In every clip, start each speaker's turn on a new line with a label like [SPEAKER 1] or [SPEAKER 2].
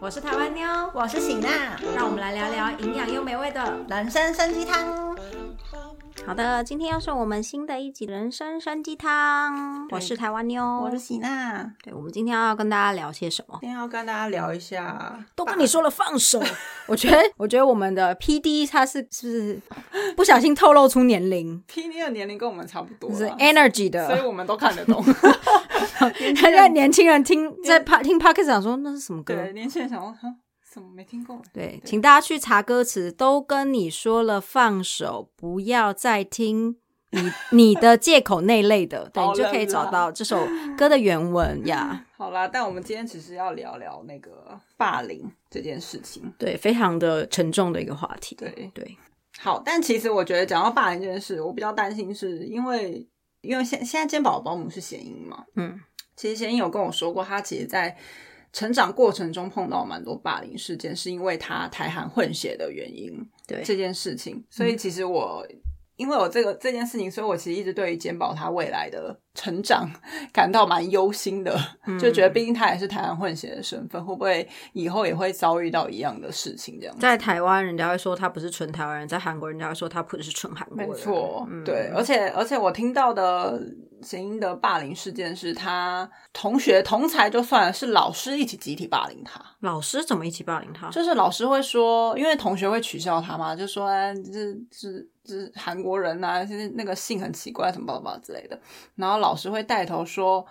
[SPEAKER 1] 我是台湾妞，
[SPEAKER 2] 我是喜娜，
[SPEAKER 1] 让我们来聊聊营养又美味的。
[SPEAKER 2] 人参参鸡汤。
[SPEAKER 3] 好的，今天又是我们新的一集人参参鸡汤。
[SPEAKER 2] 对
[SPEAKER 3] 我是台湾妞，
[SPEAKER 2] 我是喜娜，
[SPEAKER 3] 对，我们今天要跟大家聊些什么？
[SPEAKER 2] 今天要跟大家聊一下，
[SPEAKER 3] 都跟你说了放 手，我觉得，我觉得我们的 P D 他是是不是不小心透露出年龄，
[SPEAKER 2] P D 的年龄跟我们差不多
[SPEAKER 3] 就是
[SPEAKER 2] 啦，
[SPEAKER 3] Energy
[SPEAKER 2] 所以
[SPEAKER 3] 的。
[SPEAKER 2] 我们都看得 懂。哎年
[SPEAKER 3] 现
[SPEAKER 2] 轻
[SPEAKER 3] 在
[SPEAKER 2] 人
[SPEAKER 3] 年轻人听在 pa 听 p o d c a s t 想说那是什么歌？
[SPEAKER 2] 对年轻人想说，哈，怎么没听过？
[SPEAKER 3] 对，请大家去查歌词，都跟你说了放手，不要再听 你你的借口那类的，对
[SPEAKER 2] 好
[SPEAKER 3] 你就可以
[SPEAKER 2] 了
[SPEAKER 3] 找
[SPEAKER 2] 啦
[SPEAKER 3] 到这 首歌的原文呀。
[SPEAKER 2] 好啦，但我们今天只是要聊聊那个霸凌这件事情。
[SPEAKER 3] 对，非常的沉重的一个话题。
[SPEAKER 2] 对
[SPEAKER 3] 对，
[SPEAKER 2] 好，但其实我觉得讲到霸凌这件事，我比较担心是因为，因为现现在健保保姆是贤英嘛，
[SPEAKER 3] 嗯，
[SPEAKER 2] 其实贤英有跟我说过，她其实在成长过程中碰到蛮多霸凌事件，是因为她台韩混血的原因
[SPEAKER 3] 对
[SPEAKER 2] 这件事情。所以其实我、因为我这个这件事情，所以我其实一直对于简宝她未来的成长 感到蛮忧心的，就觉得毕竟她也是台韩混血的身份，会不会以后也会遭遇到一样的事情这样子？
[SPEAKER 3] 在台湾人家会说他不是纯台湾人，在韩国人家会说他不是纯韩国人。
[SPEAKER 2] 没错，
[SPEAKER 3] 嗯
[SPEAKER 2] 对，而且而且我听到的谐音的霸凌事件是他同学同才就算了，是老师一起集体霸凌他，
[SPEAKER 3] 老师怎么一起霸凌他？
[SPEAKER 2] 就是老师会说，因为同学会取笑他嘛，就说哎，这这这韩国人呐、啊，就是那个姓很奇怪，什么巴拉巴拉之类的，然后老师会带头说。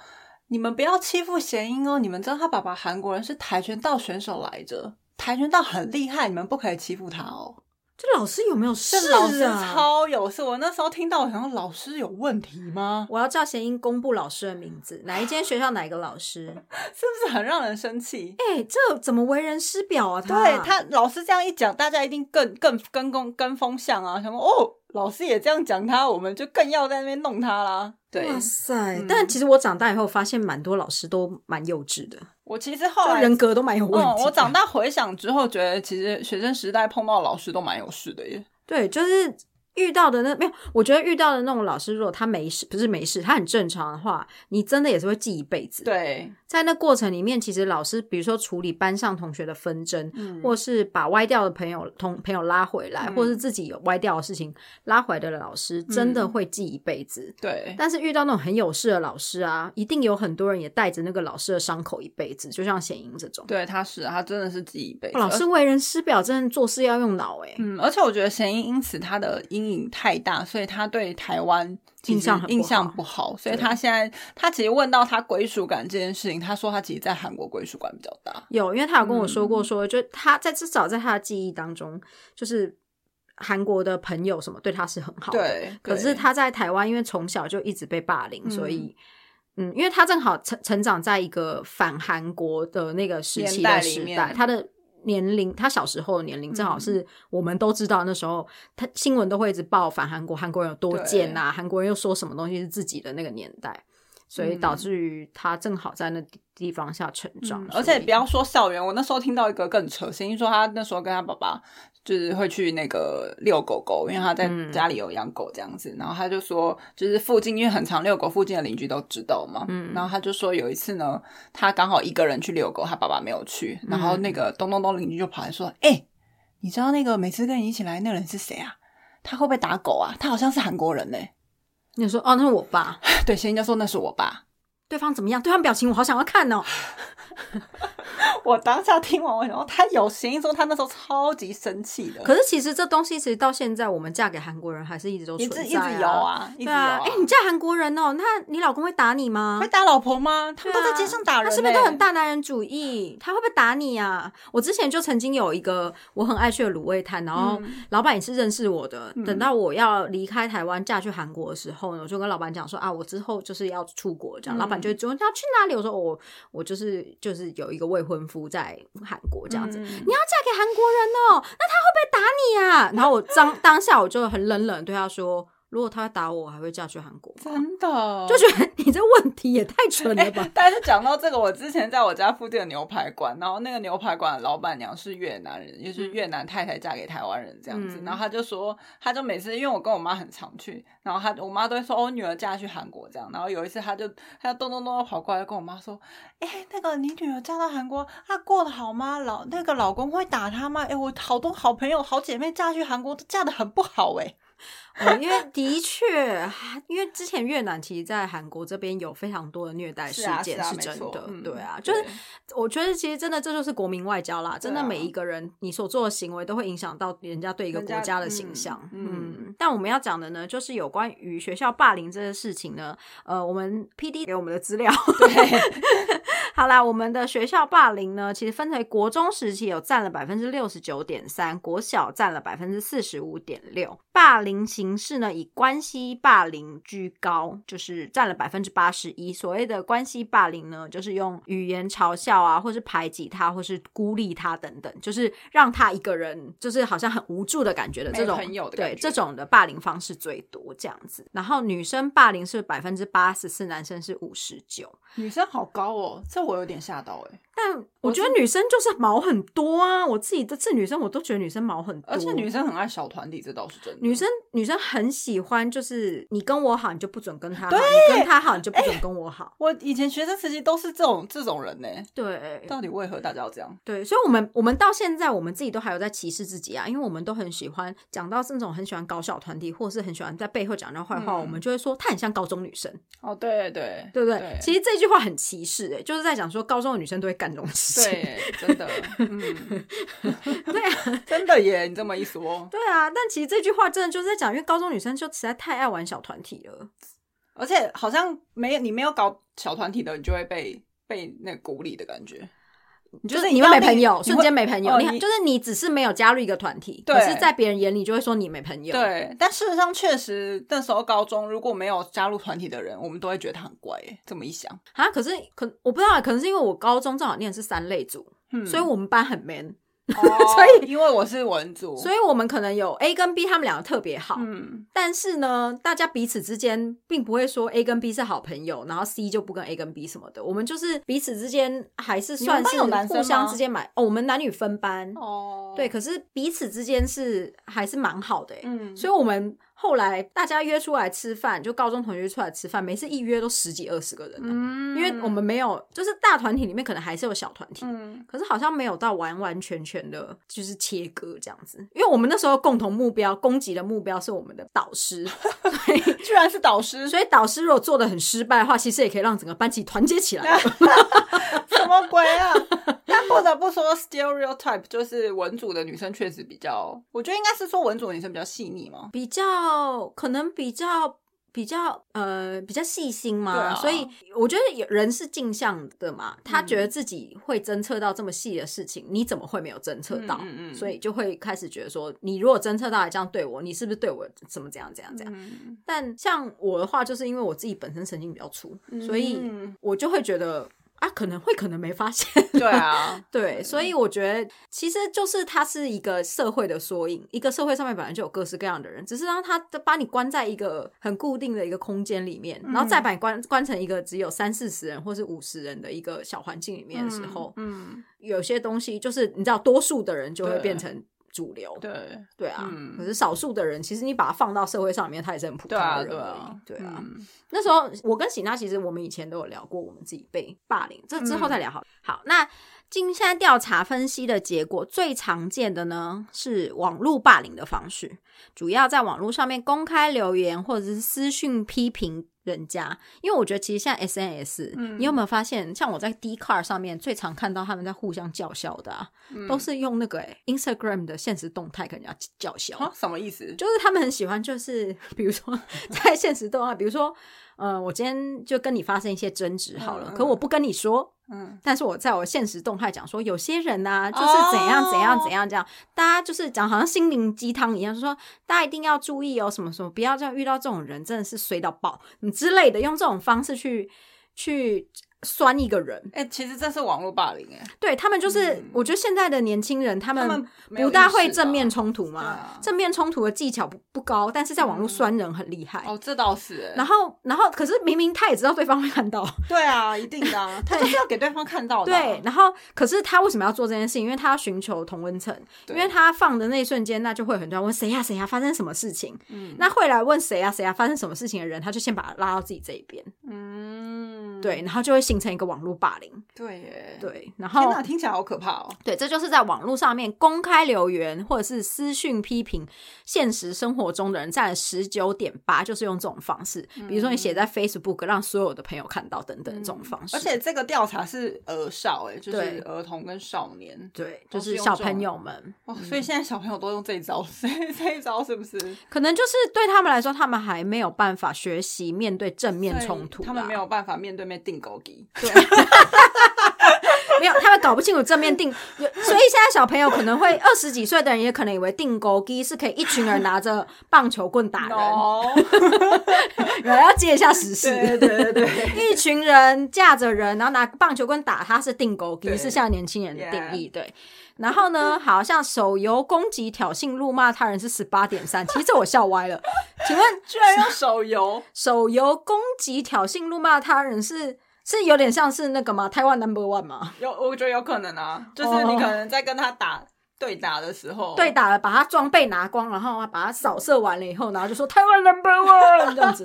[SPEAKER 2] 你们不要欺负谐音哦！你们知道他爸爸韩国人是跆拳道选手来着，跆拳道很厉害，你们不可以欺负他哦。
[SPEAKER 3] 这老师有没有事
[SPEAKER 2] 这老师
[SPEAKER 3] 啊？
[SPEAKER 2] 超有事，我那时候听到，我想说老师有问题吗？
[SPEAKER 3] 我要叫贤英公布老师的名字，哪一间学校哪一个老师？
[SPEAKER 2] 是不是很让人生气？
[SPEAKER 3] 哎、这怎么为人师表啊？
[SPEAKER 2] 对他老师这样一讲，大家一定更更跟风跟风向啊，想说哦，老师也这样讲他，我们就更要在那边弄他啦。对
[SPEAKER 3] 哇塞！
[SPEAKER 2] 嗯
[SPEAKER 3] 但其实我长大以后发现，蛮多老师都蛮幼稚的，
[SPEAKER 2] 我其实后
[SPEAKER 3] 就
[SPEAKER 2] 来
[SPEAKER 3] 人格都蛮有问
[SPEAKER 2] 哦嗯，
[SPEAKER 3] 题、啊
[SPEAKER 2] 我长大回想之后，觉得其实学生时代碰到老师都蛮有事的耶。
[SPEAKER 3] 对，就是遇到的那没有，我觉得遇到的那种老师，如果他没事，不是没事，他很正常的话，你真的也是会记一辈子。，
[SPEAKER 2] 对，
[SPEAKER 3] 在那过程里面，其实老师，比如说处理班上同学的纷争，
[SPEAKER 2] 嗯
[SPEAKER 3] 或是把歪掉的朋友同朋友拉回来，
[SPEAKER 2] 嗯嗯
[SPEAKER 3] 或是自己有歪掉的事情拉回来的老师，真的会记一辈子。
[SPEAKER 2] 对
[SPEAKER 3] 但是遇到那种很有事的老师啊，一定有很多人也带着那个老师的伤口一辈子，就像显英这种。
[SPEAKER 2] 对，他是啊他真的是记一辈子。
[SPEAKER 3] 老师为人师表，真的做事要用脑哎、
[SPEAKER 2] 嗯，而且我觉得贤英因此他的阴影太大，所以他对台湾其实
[SPEAKER 3] 印象很不
[SPEAKER 2] 印象
[SPEAKER 3] 好
[SPEAKER 2] 不好，所以
[SPEAKER 3] 对
[SPEAKER 2] 他现在他其实问到他归属感这件事情，他说他其实在韩国归属感比较大。
[SPEAKER 3] 有，因为他有跟我说
[SPEAKER 2] 嗯
[SPEAKER 3] 过说，就他在至少在他的记忆当中，就是韩国的朋友什么对他是很好的。
[SPEAKER 2] 对，
[SPEAKER 3] 可是
[SPEAKER 2] 对
[SPEAKER 3] 他在台湾，因为从小就一直被霸凌，
[SPEAKER 2] 嗯
[SPEAKER 3] 所以嗯，因为他正好成成长在一个反韩国的那个时期
[SPEAKER 2] 年代
[SPEAKER 3] 的
[SPEAKER 2] 里
[SPEAKER 3] 时代，
[SPEAKER 2] 面
[SPEAKER 3] 他的。年龄，他小时候的年龄正好
[SPEAKER 2] 嗯
[SPEAKER 3] 是我们都知道，那时候他新闻都会一直报反韩国，韩国人有多
[SPEAKER 2] 对
[SPEAKER 3] 贱呐、韩国人又说什么东西是自己的那个年代，所以导
[SPEAKER 2] 嗯
[SPEAKER 3] 致于他正好在那地地方下成长，
[SPEAKER 2] 嗯而且
[SPEAKER 3] 所以
[SPEAKER 2] 不要说校园，我那时候听到一个更扯，贤英说他那时候跟他爸爸就是会去那个遛狗狗，因为他在
[SPEAKER 3] 嗯
[SPEAKER 2] 家里有养狗这样子，然后他就说就是附近因为很常遛狗，附近的邻居都知道嘛，
[SPEAKER 3] 嗯
[SPEAKER 2] 然后他就说有一次呢，他刚好一个人去遛狗，他爸爸没有去，
[SPEAKER 3] 嗯
[SPEAKER 2] 然后那个咚咚咚邻居就跑来说：“哎、你知道那个每次跟你一起来那人是谁啊？他会不会打狗啊？他好像是韩国人呢、
[SPEAKER 3] 你说哦，那是我爸，
[SPEAKER 2] 对，贤英就说那是我爸。
[SPEAKER 3] 对方怎么样？对方表情我好想要看哦。
[SPEAKER 2] 我当下听完，我想哦，他有贤英说他那时候超级生气的，
[SPEAKER 3] 可是其实这东西，其实到现在我们嫁给韩国人还是一直都
[SPEAKER 2] 一
[SPEAKER 3] 存
[SPEAKER 2] 直
[SPEAKER 3] 在、
[SPEAKER 2] 一直有
[SPEAKER 3] 啊。
[SPEAKER 2] 啊，一直
[SPEAKER 3] 对
[SPEAKER 2] 有
[SPEAKER 3] 啊，哎、你嫁韩国人哦，那你老公会打你吗
[SPEAKER 2] 会？打老婆吗？他
[SPEAKER 3] 对
[SPEAKER 2] 们
[SPEAKER 3] 啊
[SPEAKER 2] 都在街上打人、欸，
[SPEAKER 3] 他是不是都很？大男人主义？他会不会打你啊？我之前就曾经有一个我很爱去的卤味摊，然后老板也是认识我的。
[SPEAKER 2] 嗯
[SPEAKER 3] 等到我要离开台湾嫁去韩国的时候呢，我就跟老板讲说啊，我之后就是要出国，这样。
[SPEAKER 2] 嗯
[SPEAKER 3] 老板就会说你要去哪里？我说哦我我就是就是有一个未婚夫在韩国这样子。
[SPEAKER 2] 嗯
[SPEAKER 3] 你要嫁给韩国人哦，那他会不会打你啊？然后我当当下我就很冷冷地对他说，如果他打我，我还会嫁去韩国吗？
[SPEAKER 2] 真的，
[SPEAKER 3] 就觉得你这问题也太蠢了吧！
[SPEAKER 2] 但是讲到这个，我之前在我家附近的牛排馆，然后那个牛排馆的老板娘是越南人，就是越南太太嫁给台湾人这样子。
[SPEAKER 3] 嗯
[SPEAKER 2] 然后她就说，她就每次因为我跟我妈很常去，然后她我妈都会说，哦，我女儿嫁去韩国这样。然后有一次，她就她就咚咚咚地跑过来跟我妈说，哎、那个你女儿嫁到韩国，她过得好吗？老那个老公会打她吗？哎、我好多好朋友、好姐妹嫁去韩国都嫁得很不好哎、
[SPEAKER 3] 哦，因为的确，啊因为之前越南其实，在韩国这边有非常多的虐待事
[SPEAKER 2] 是啊
[SPEAKER 3] 件，
[SPEAKER 2] 是啊没
[SPEAKER 3] 真
[SPEAKER 2] 错
[SPEAKER 3] 的，
[SPEAKER 2] 嗯
[SPEAKER 3] 对啊，就是
[SPEAKER 2] 对
[SPEAKER 3] 我觉得其实真的这就是国民外交啦，真的
[SPEAKER 2] 对啊
[SPEAKER 3] 每一个人你所做的行为都会影响到人家对一个
[SPEAKER 2] 人
[SPEAKER 3] 国
[SPEAKER 2] 家
[SPEAKER 3] 家的
[SPEAKER 2] 嗯
[SPEAKER 3] 形象，嗯
[SPEAKER 2] 嗯
[SPEAKER 3] 但我们要讲的呢，就是有关于学校霸凌这件事情呢，呃，我们 P D 给我们的资料， 好啦，我们的学校霸凌呢，其实分为国中时期有占了百分之六十九点三，国小占了百分之四十五点六。霸凌形式呢，以关系霸凌居高，就是占了百分之八十一。所谓的关系霸凌呢，就是用语言嘲笑啊，或是排挤他，或是孤立他等等，就是让他一个人就是好像很无助的感觉的
[SPEAKER 2] 没
[SPEAKER 3] 这种
[SPEAKER 2] 朋友的感
[SPEAKER 3] 对
[SPEAKER 2] 觉
[SPEAKER 3] 这种的霸凌方式最多这样子。然后女生霸凌是百分之八十四，男生是五十九。
[SPEAKER 2] 女生好高哦，这我有点吓到哎、
[SPEAKER 3] 但我
[SPEAKER 2] 我
[SPEAKER 3] 觉
[SPEAKER 2] 是
[SPEAKER 3] 得女生就是毛很多啊，我自己这次女生我都觉得女生毛很多，
[SPEAKER 2] 而且女生很爱小团体，这倒是真的。
[SPEAKER 3] 女生女生很喜欢，就是你跟我好，你就不准跟她好；
[SPEAKER 2] 对
[SPEAKER 3] 你跟她好，你就不准跟我好。
[SPEAKER 2] 我以前学生时期都是这种这种人呢、
[SPEAKER 3] 哎对
[SPEAKER 2] 到底为何大家要这样？
[SPEAKER 3] 对，所以，我们我们到现在，我们自己都还有在歧视自己啊，因为我们都很喜欢讲到这种很喜欢搞小团体，或是很喜欢在背后讲到坏话，
[SPEAKER 2] 嗯
[SPEAKER 3] 我们就会说她很像高中女生，
[SPEAKER 2] 哦，对对
[SPEAKER 3] 对不对？
[SPEAKER 2] 对
[SPEAKER 3] 其实这句话很歧视、欸，就是在讲说高中的女生都会干这种事情。
[SPEAKER 2] 对，真的， 嗯，
[SPEAKER 3] 对 啊，
[SPEAKER 2] 真的耶！你这么一说，
[SPEAKER 3] 对啊，但其实这句话真的就是在讲，因为高中女生就实在太爱玩小团体了。
[SPEAKER 2] 而且好像没有你没有搞小团体的，你就会被被那个孤立的感觉。你
[SPEAKER 3] 就是
[SPEAKER 2] 是
[SPEAKER 3] 你
[SPEAKER 2] 会
[SPEAKER 3] 会没朋友，瞬间
[SPEAKER 2] 没
[SPEAKER 3] 没朋友。
[SPEAKER 2] 哦
[SPEAKER 3] 你
[SPEAKER 2] 你
[SPEAKER 3] 就是你只是没有加入一个团体，
[SPEAKER 2] 对
[SPEAKER 3] 可是在别人眼里就会说你没朋友。，
[SPEAKER 2] 对，但事实上确实那时候高中如果没有加入团体的人，我们都会觉得他很怪耶。这么一想，
[SPEAKER 3] 啊，可是可我不知道，可能是因为我高中正好念的是三类组，
[SPEAKER 2] 嗯
[SPEAKER 3] 所以我们班很 man，
[SPEAKER 2] 所以因为我是文组，
[SPEAKER 3] 所
[SPEAKER 2] 以
[SPEAKER 3] 以我们可能有 A 跟 B 他们两个特别好，
[SPEAKER 2] 嗯，
[SPEAKER 3] 但是呢，大家彼此之间并不会说 A 跟 B 是好朋友，然后 C 就不跟 A 跟 B 什么的。我们就是彼此之间还是算是
[SPEAKER 2] 你们班有男生吗
[SPEAKER 3] 互相之间买哦，我们男女分班，
[SPEAKER 2] 哦
[SPEAKER 3] 对，，可是彼此之间是还是蛮好的、欸，
[SPEAKER 2] 嗯，
[SPEAKER 3] 所以我们后来大家约出来吃饭，就高中同学出来吃饭，每次一约都十几二十个人、啊，
[SPEAKER 2] 嗯
[SPEAKER 3] 因为我们没有，就是大团体里面可能还是有小团体。
[SPEAKER 2] 嗯，
[SPEAKER 3] 可是好像没有到完完全全的，就是切割这样子，因为我们那时候共同目标攻击的目标是我们的导师， 所以
[SPEAKER 2] 居然是导师，
[SPEAKER 3] 所以导师如果做的很失败的话，其实也可以让整个班级团结起来。啊
[SPEAKER 2] 什么鬼啊！ 但不得不说，stereotype 就是文组的女生确实比较，我觉得应该是说文组的女生比较细腻嘛。
[SPEAKER 3] 比较可能比较比较呃比较细心嘛，
[SPEAKER 2] 对啊
[SPEAKER 3] 所以我觉得有人是镜像的嘛，他觉得
[SPEAKER 2] 嗯
[SPEAKER 3] 自己会侦测到这么细的事情，你怎么会没有侦测到？
[SPEAKER 2] 嗯嗯嗯
[SPEAKER 3] 所以就会开始觉得说，你如果侦测到还这样对我，你是不是对我怎么怎样怎样怎样？
[SPEAKER 2] 嗯，
[SPEAKER 3] 但像我的话，就是因为我自己本身神经比较粗，所以
[SPEAKER 2] 嗯
[SPEAKER 3] 我就会觉得啊，可能会可能没发现，
[SPEAKER 2] 对啊，
[SPEAKER 3] 对，所以我觉得其实就是它是一个社会的缩影，一个社会上面本来就有各式各样的人，只是让他把你关在一个很固定的一个空间里面，然后
[SPEAKER 2] 嗯
[SPEAKER 3] 再把你关关成一个只有三四十人或是五十人的一个小环境里面的时候，
[SPEAKER 2] 嗯，
[SPEAKER 3] 有些东西就是你知道，多数的人就会
[SPEAKER 2] 对
[SPEAKER 3] 变成主流，
[SPEAKER 2] 对，
[SPEAKER 3] 对啊。
[SPEAKER 2] 嗯
[SPEAKER 3] 可是少数的人，其实你把它放到社会上里面，他也是很普通
[SPEAKER 2] 对啊，
[SPEAKER 3] 的人
[SPEAKER 2] 对
[SPEAKER 3] 而已
[SPEAKER 2] 啊，，
[SPEAKER 3] 对啊。
[SPEAKER 2] 嗯
[SPEAKER 3] 那时候我跟喜娜其实我们以前都有聊过，我们自己被霸凌，这之后再聊好了。好，那经现在调查分析的结果，最常见的呢是网络霸凌的方式，主要在网络上面公开留言或者是私讯批评。人家，因为我觉得其实像 SNS，、你有没有发现，像我在 d c a r 上面最常看到他们在互相叫嚣的、啊，
[SPEAKER 2] 嗯
[SPEAKER 3] 都是用那个、欸、Instagram 的现实动态跟人家叫嚣。
[SPEAKER 2] 啊，什么意思？
[SPEAKER 3] 就是他们很喜欢，就是 比如 说在现实动画，比如说，呃，我今天就跟你发生一些争执好了，
[SPEAKER 2] 嗯嗯
[SPEAKER 3] 可我不跟你说，
[SPEAKER 2] 嗯，
[SPEAKER 3] 但是我在我现实动态讲说，有些人
[SPEAKER 2] 哦
[SPEAKER 3] 呢、就是怎样怎样怎样这样，大家就是讲好像心灵鸡汤一样，就说大家一定要注意哦，什么什么，不要这样遇到这种人，真的是衰到爆，你之类的，用这种方式去去酸一个人。
[SPEAKER 2] 哎、其实这是网络霸凌哎、
[SPEAKER 3] 对他们就是，
[SPEAKER 2] 嗯
[SPEAKER 3] 我觉得现在的年轻人，他
[SPEAKER 2] 他
[SPEAKER 3] 们
[SPEAKER 2] 们没
[SPEAKER 3] 嗯
[SPEAKER 2] 有
[SPEAKER 3] 不大
[SPEAKER 2] 意识
[SPEAKER 3] 会
[SPEAKER 2] 到
[SPEAKER 3] 正面冲突嘛，
[SPEAKER 2] 对啊嗯
[SPEAKER 3] 正面冲突的技巧不不高，但是在网络酸人很厉害。
[SPEAKER 2] 哦，这倒是、哎
[SPEAKER 3] 然后，然后，可是明明他也知道对方会看到，
[SPEAKER 2] 对啊，一定 的、啊，他就是要给对方看到的、啊。
[SPEAKER 3] 对。然后，可是他为什么要做这件事情？因为他要寻求同温层，因
[SPEAKER 2] 对
[SPEAKER 3] 为他放的那一瞬间，那就会有很多人问谁呀、谁呀、发生什么事情？
[SPEAKER 2] 嗯
[SPEAKER 3] 那会来问谁呀、谁呀、发生什么事情的人，他就先把他拉到自己这一边，
[SPEAKER 2] 嗯，
[SPEAKER 3] 对，然后就会形成一个网络霸凌，
[SPEAKER 2] 对耶，。
[SPEAKER 3] 对。然
[SPEAKER 2] 天
[SPEAKER 3] 后
[SPEAKER 2] 哪，听起来好可怕哦！
[SPEAKER 3] 对，这就是在网络上面公开留言或者是私讯批评现实生活中的人占了十九点八，就是用这种方式，比如说你写在 Facebook 让所有的朋友看到等等的这种方式，
[SPEAKER 2] 嗯而且这个调查是儿少、哎，就
[SPEAKER 3] 对
[SPEAKER 2] 是儿童跟少年。
[SPEAKER 3] 对，就
[SPEAKER 2] 都是
[SPEAKER 3] 是
[SPEAKER 2] 用
[SPEAKER 3] 小
[SPEAKER 2] 这种
[SPEAKER 3] 朋友们，
[SPEAKER 2] 哇，所以现在小朋友都用这一招， 所以这一招是不是
[SPEAKER 3] 可能就是对他们来说，他们还没有办法学习面对正面冲突
[SPEAKER 2] 所
[SPEAKER 3] 啦，
[SPEAKER 2] 以他们没有办法面对面定狗机。
[SPEAKER 3] 没有，他们搞不清楚正面定，有所以现在小朋友可能会二十几岁的人也可能以为定勾机是可以一群人拿着棒球棍打人，
[SPEAKER 2] No，
[SPEAKER 3] 原来要接一下时事。
[SPEAKER 2] 对对对对，
[SPEAKER 3] 一群人架着人，然后拿棒球棍打他是定狗
[SPEAKER 2] 对
[SPEAKER 3] 机，是现在年轻人的定义。对，然后呢，好像手游攻击、挑衅、辱骂他人是十八点三，其实我笑歪了。请问
[SPEAKER 2] 居然用手游，
[SPEAKER 3] 手游攻击、挑衅、辱骂他人是是有点像是那个吗？台湾 Number One 吗？
[SPEAKER 2] 有我觉得有可能啊，就是你可能在跟他打对打的时
[SPEAKER 3] 哦
[SPEAKER 2] 候，
[SPEAKER 3] 对，打了，把他装备拿光，然后把他扫射完了以后，然后就说台湾 Number One 这样子。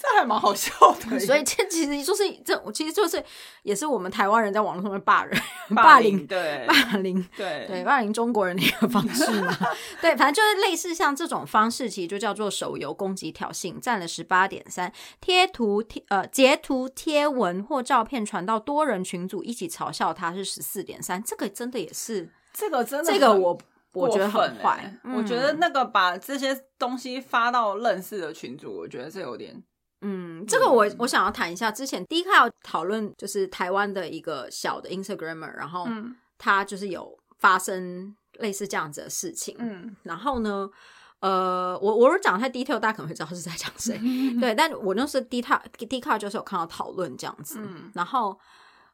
[SPEAKER 2] 这还蛮好笑的。
[SPEAKER 3] 嗯所以这其实就是这，其实就是也是我们台湾人在网络上面霸人、
[SPEAKER 2] 霸
[SPEAKER 3] 凌、
[SPEAKER 2] 对
[SPEAKER 3] 霸凌
[SPEAKER 2] 对
[SPEAKER 3] 对，霸凌中国人的一个方式 嘛。对，反正就是类似像这种方式，其实就叫做手游攻击挑衅，占了十八点三。贴图贴呃截图贴文或照片传到多人群组一起嘲笑他是十四点三，这个真的也是，
[SPEAKER 2] 这个真的
[SPEAKER 3] 这个
[SPEAKER 2] 很
[SPEAKER 3] 我我觉得
[SPEAKER 2] 过分
[SPEAKER 3] 很坏。
[SPEAKER 2] 欸
[SPEAKER 3] 嗯
[SPEAKER 2] 我觉得那个把这些东西发到认识的群组，我觉得这有点
[SPEAKER 3] 嗯，这个我我想要谈一下，之前第一课有讨论就是台湾的一个小的 Instagramer，然后
[SPEAKER 2] 嗯
[SPEAKER 3] 他就是有发生类似这样子的事情，
[SPEAKER 2] 嗯
[SPEAKER 3] 然后呢，呃，我我如果讲得太 detail，大家可能会知道是在讲 谁。对，但我那是 detail detail 就是有看到讨论这样子，
[SPEAKER 2] 嗯
[SPEAKER 3] 然后。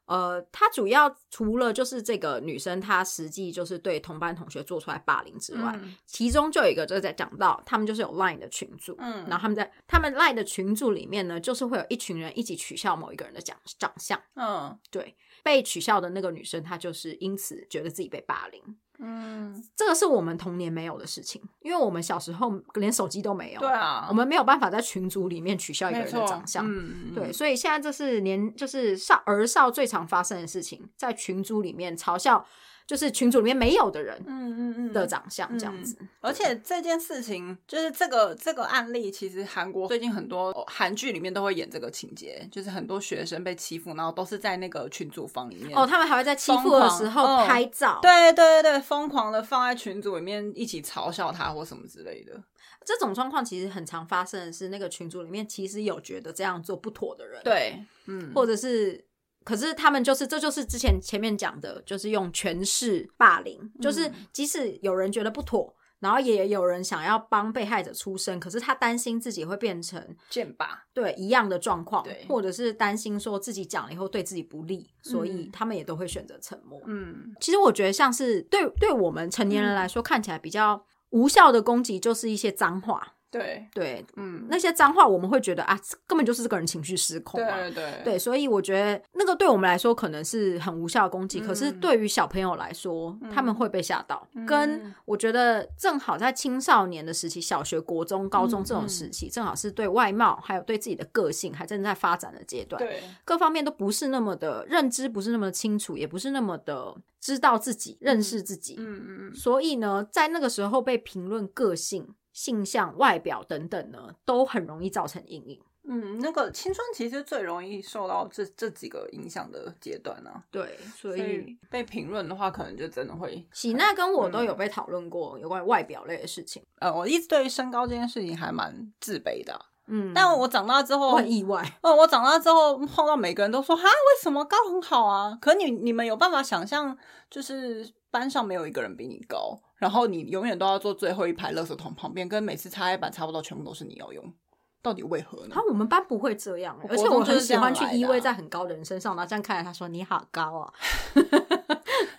[SPEAKER 3] 呃，他主要除了就是这个女生，她实际就是对同班同学做出来霸凌之外，
[SPEAKER 2] 嗯
[SPEAKER 3] 其中就有一个就是在讲到他们就是有 Line 的群组，
[SPEAKER 2] 嗯
[SPEAKER 3] 然后他们在他们 Line 的群组里面呢，就是会有一群人一起取笑某一个人的长长相，
[SPEAKER 2] 嗯
[SPEAKER 3] 对，被取笑的那个女生她就是因此觉得自己被霸凌，
[SPEAKER 2] 嗯，
[SPEAKER 3] 这个是我们童年没有的事情，因为我们小时候连手机都没有，
[SPEAKER 2] 对啊，
[SPEAKER 3] 我们没有办法在群组里面取笑一个
[SPEAKER 2] 没
[SPEAKER 3] 人的
[SPEAKER 2] 错，
[SPEAKER 3] 长相。
[SPEAKER 2] 嗯，
[SPEAKER 3] 对，所以现在这是年就是少儿少最常发生的事情，在群组里面嘲笑，就是群组里面没有的人
[SPEAKER 2] 嗯嗯嗯
[SPEAKER 3] 的长相这样子。
[SPEAKER 2] 而且这件事情，就是这个这个案例，其实韩国最近很多哦韩剧里面都会演这个情节，就是很多学生被欺负，然后都是在那个群组房里面。
[SPEAKER 3] 哦，他们还会在欺负的时
[SPEAKER 2] 疯
[SPEAKER 3] 候
[SPEAKER 2] 狂嗯
[SPEAKER 3] 拍照，
[SPEAKER 2] 对对对对，疯狂的放在群组里面一起嘲笑他或什么之类的。
[SPEAKER 3] 这种状况其实很常发生的是，那个群组里面其实有觉得这样做不妥的人，，
[SPEAKER 2] 对，嗯，
[SPEAKER 3] 或者是。可是他们就是，这就是之前前面讲的，就是用权势霸凌，
[SPEAKER 2] 嗯
[SPEAKER 3] 就是即使有人觉得不妥，然后也有人想要帮被害者出声，可是他担心自己会变成
[SPEAKER 2] 剑拔，
[SPEAKER 3] 对一样的状况
[SPEAKER 2] 对，
[SPEAKER 3] 或者是担心说自己讲了以后对自己不利，所以
[SPEAKER 2] 嗯
[SPEAKER 3] 他们也都会选择沉默。
[SPEAKER 2] 嗯，
[SPEAKER 3] 其实我觉得像是对对我们成年人来说，看起来比较无效的攻击就是一些脏话，
[SPEAKER 2] 对，
[SPEAKER 3] 对
[SPEAKER 2] 嗯，
[SPEAKER 3] 那些脏话我们会觉得啊，这根本就是这个人情绪失控啊。
[SPEAKER 2] 对对
[SPEAKER 3] 对，所以我觉得那个对我们来说可能是很无效的攻击，
[SPEAKER 2] 嗯
[SPEAKER 3] 可是对于小朋友来说，他们会被吓到。
[SPEAKER 2] 嗯
[SPEAKER 3] 跟我觉得正好在青少年的时期，小学、国中、高中
[SPEAKER 2] 嗯
[SPEAKER 3] 这种时期，正好是对外貌还有对自己的个性还正在发展的阶段，
[SPEAKER 2] 对，
[SPEAKER 3] 各方面都不是那么的认知，不是那么清楚，也不是那么的知道自己、认识自己。
[SPEAKER 2] 嗯嗯嗯，
[SPEAKER 3] 所以呢，在那个时候被评论个性、性向、外表等等呢，都很容易造成阴影。
[SPEAKER 2] 嗯，那个青春其实最容易受到这这几个影响的阶段呢、啊，
[SPEAKER 3] 对，所
[SPEAKER 2] 所以被评论的话，可能就真的会，
[SPEAKER 3] 喜娜跟我
[SPEAKER 2] 嗯
[SPEAKER 3] 都有被讨论过有关外表类的事情。
[SPEAKER 2] 呃，我一直对于身高这件事情还蛮自卑的啊、
[SPEAKER 3] 嗯
[SPEAKER 2] 但我长大之
[SPEAKER 3] 我
[SPEAKER 2] 后，
[SPEAKER 3] 很意 外，
[SPEAKER 2] 嗯，我长大之后碰到每个人都说哈，为什么高很好啊？可你你们有办法想象，就是班上没有一个人比你高，然后你永远都要坐最后一排垃圾桶旁边，跟每次擦黑板差不多，全部都是你要用。到底为何呢
[SPEAKER 3] 啊？，我们班不会这样、欸
[SPEAKER 2] 我
[SPEAKER 3] 而
[SPEAKER 2] 国
[SPEAKER 3] 且
[SPEAKER 2] 中
[SPEAKER 3] 我
[SPEAKER 2] 就
[SPEAKER 3] 很
[SPEAKER 2] 是
[SPEAKER 3] 喜欢
[SPEAKER 2] 这
[SPEAKER 3] 去
[SPEAKER 2] 样来的
[SPEAKER 3] 依偎
[SPEAKER 2] 啊
[SPEAKER 3] 在很高的人身上，然后这样看着他说：“你好高 哦。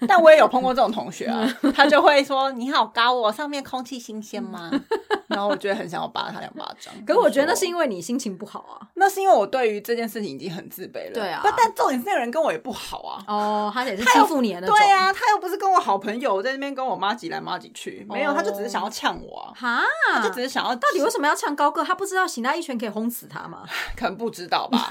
[SPEAKER 2] 但我也有碰过这种同学啊，
[SPEAKER 3] 嗯
[SPEAKER 2] 他就会说你好高哦，上面空气新鲜吗？ 然后我就会很想要巴他两巴掌。”
[SPEAKER 3] 可是我觉得那
[SPEAKER 2] 说
[SPEAKER 3] 是因为你心情不好啊。
[SPEAKER 2] 那是因为我对于这件事情已经很自卑了。
[SPEAKER 3] 对啊
[SPEAKER 2] 不，但重点是那个人跟我也不好啊。
[SPEAKER 3] 哦，他也是
[SPEAKER 2] 他
[SPEAKER 3] 欺
[SPEAKER 2] 又
[SPEAKER 3] 负你的那种。
[SPEAKER 2] 对，啊，他又不是跟我好朋友，在那边跟我妈挤来妈挤去，没有，
[SPEAKER 3] 哦
[SPEAKER 2] 他就只是想要呛我啊，
[SPEAKER 3] 哈，
[SPEAKER 2] 他就只是想要，
[SPEAKER 3] 哦到底为什么要唱高歌？他不知道喜娜一拳可以轰死他吗？
[SPEAKER 2] 可能不知道 吧？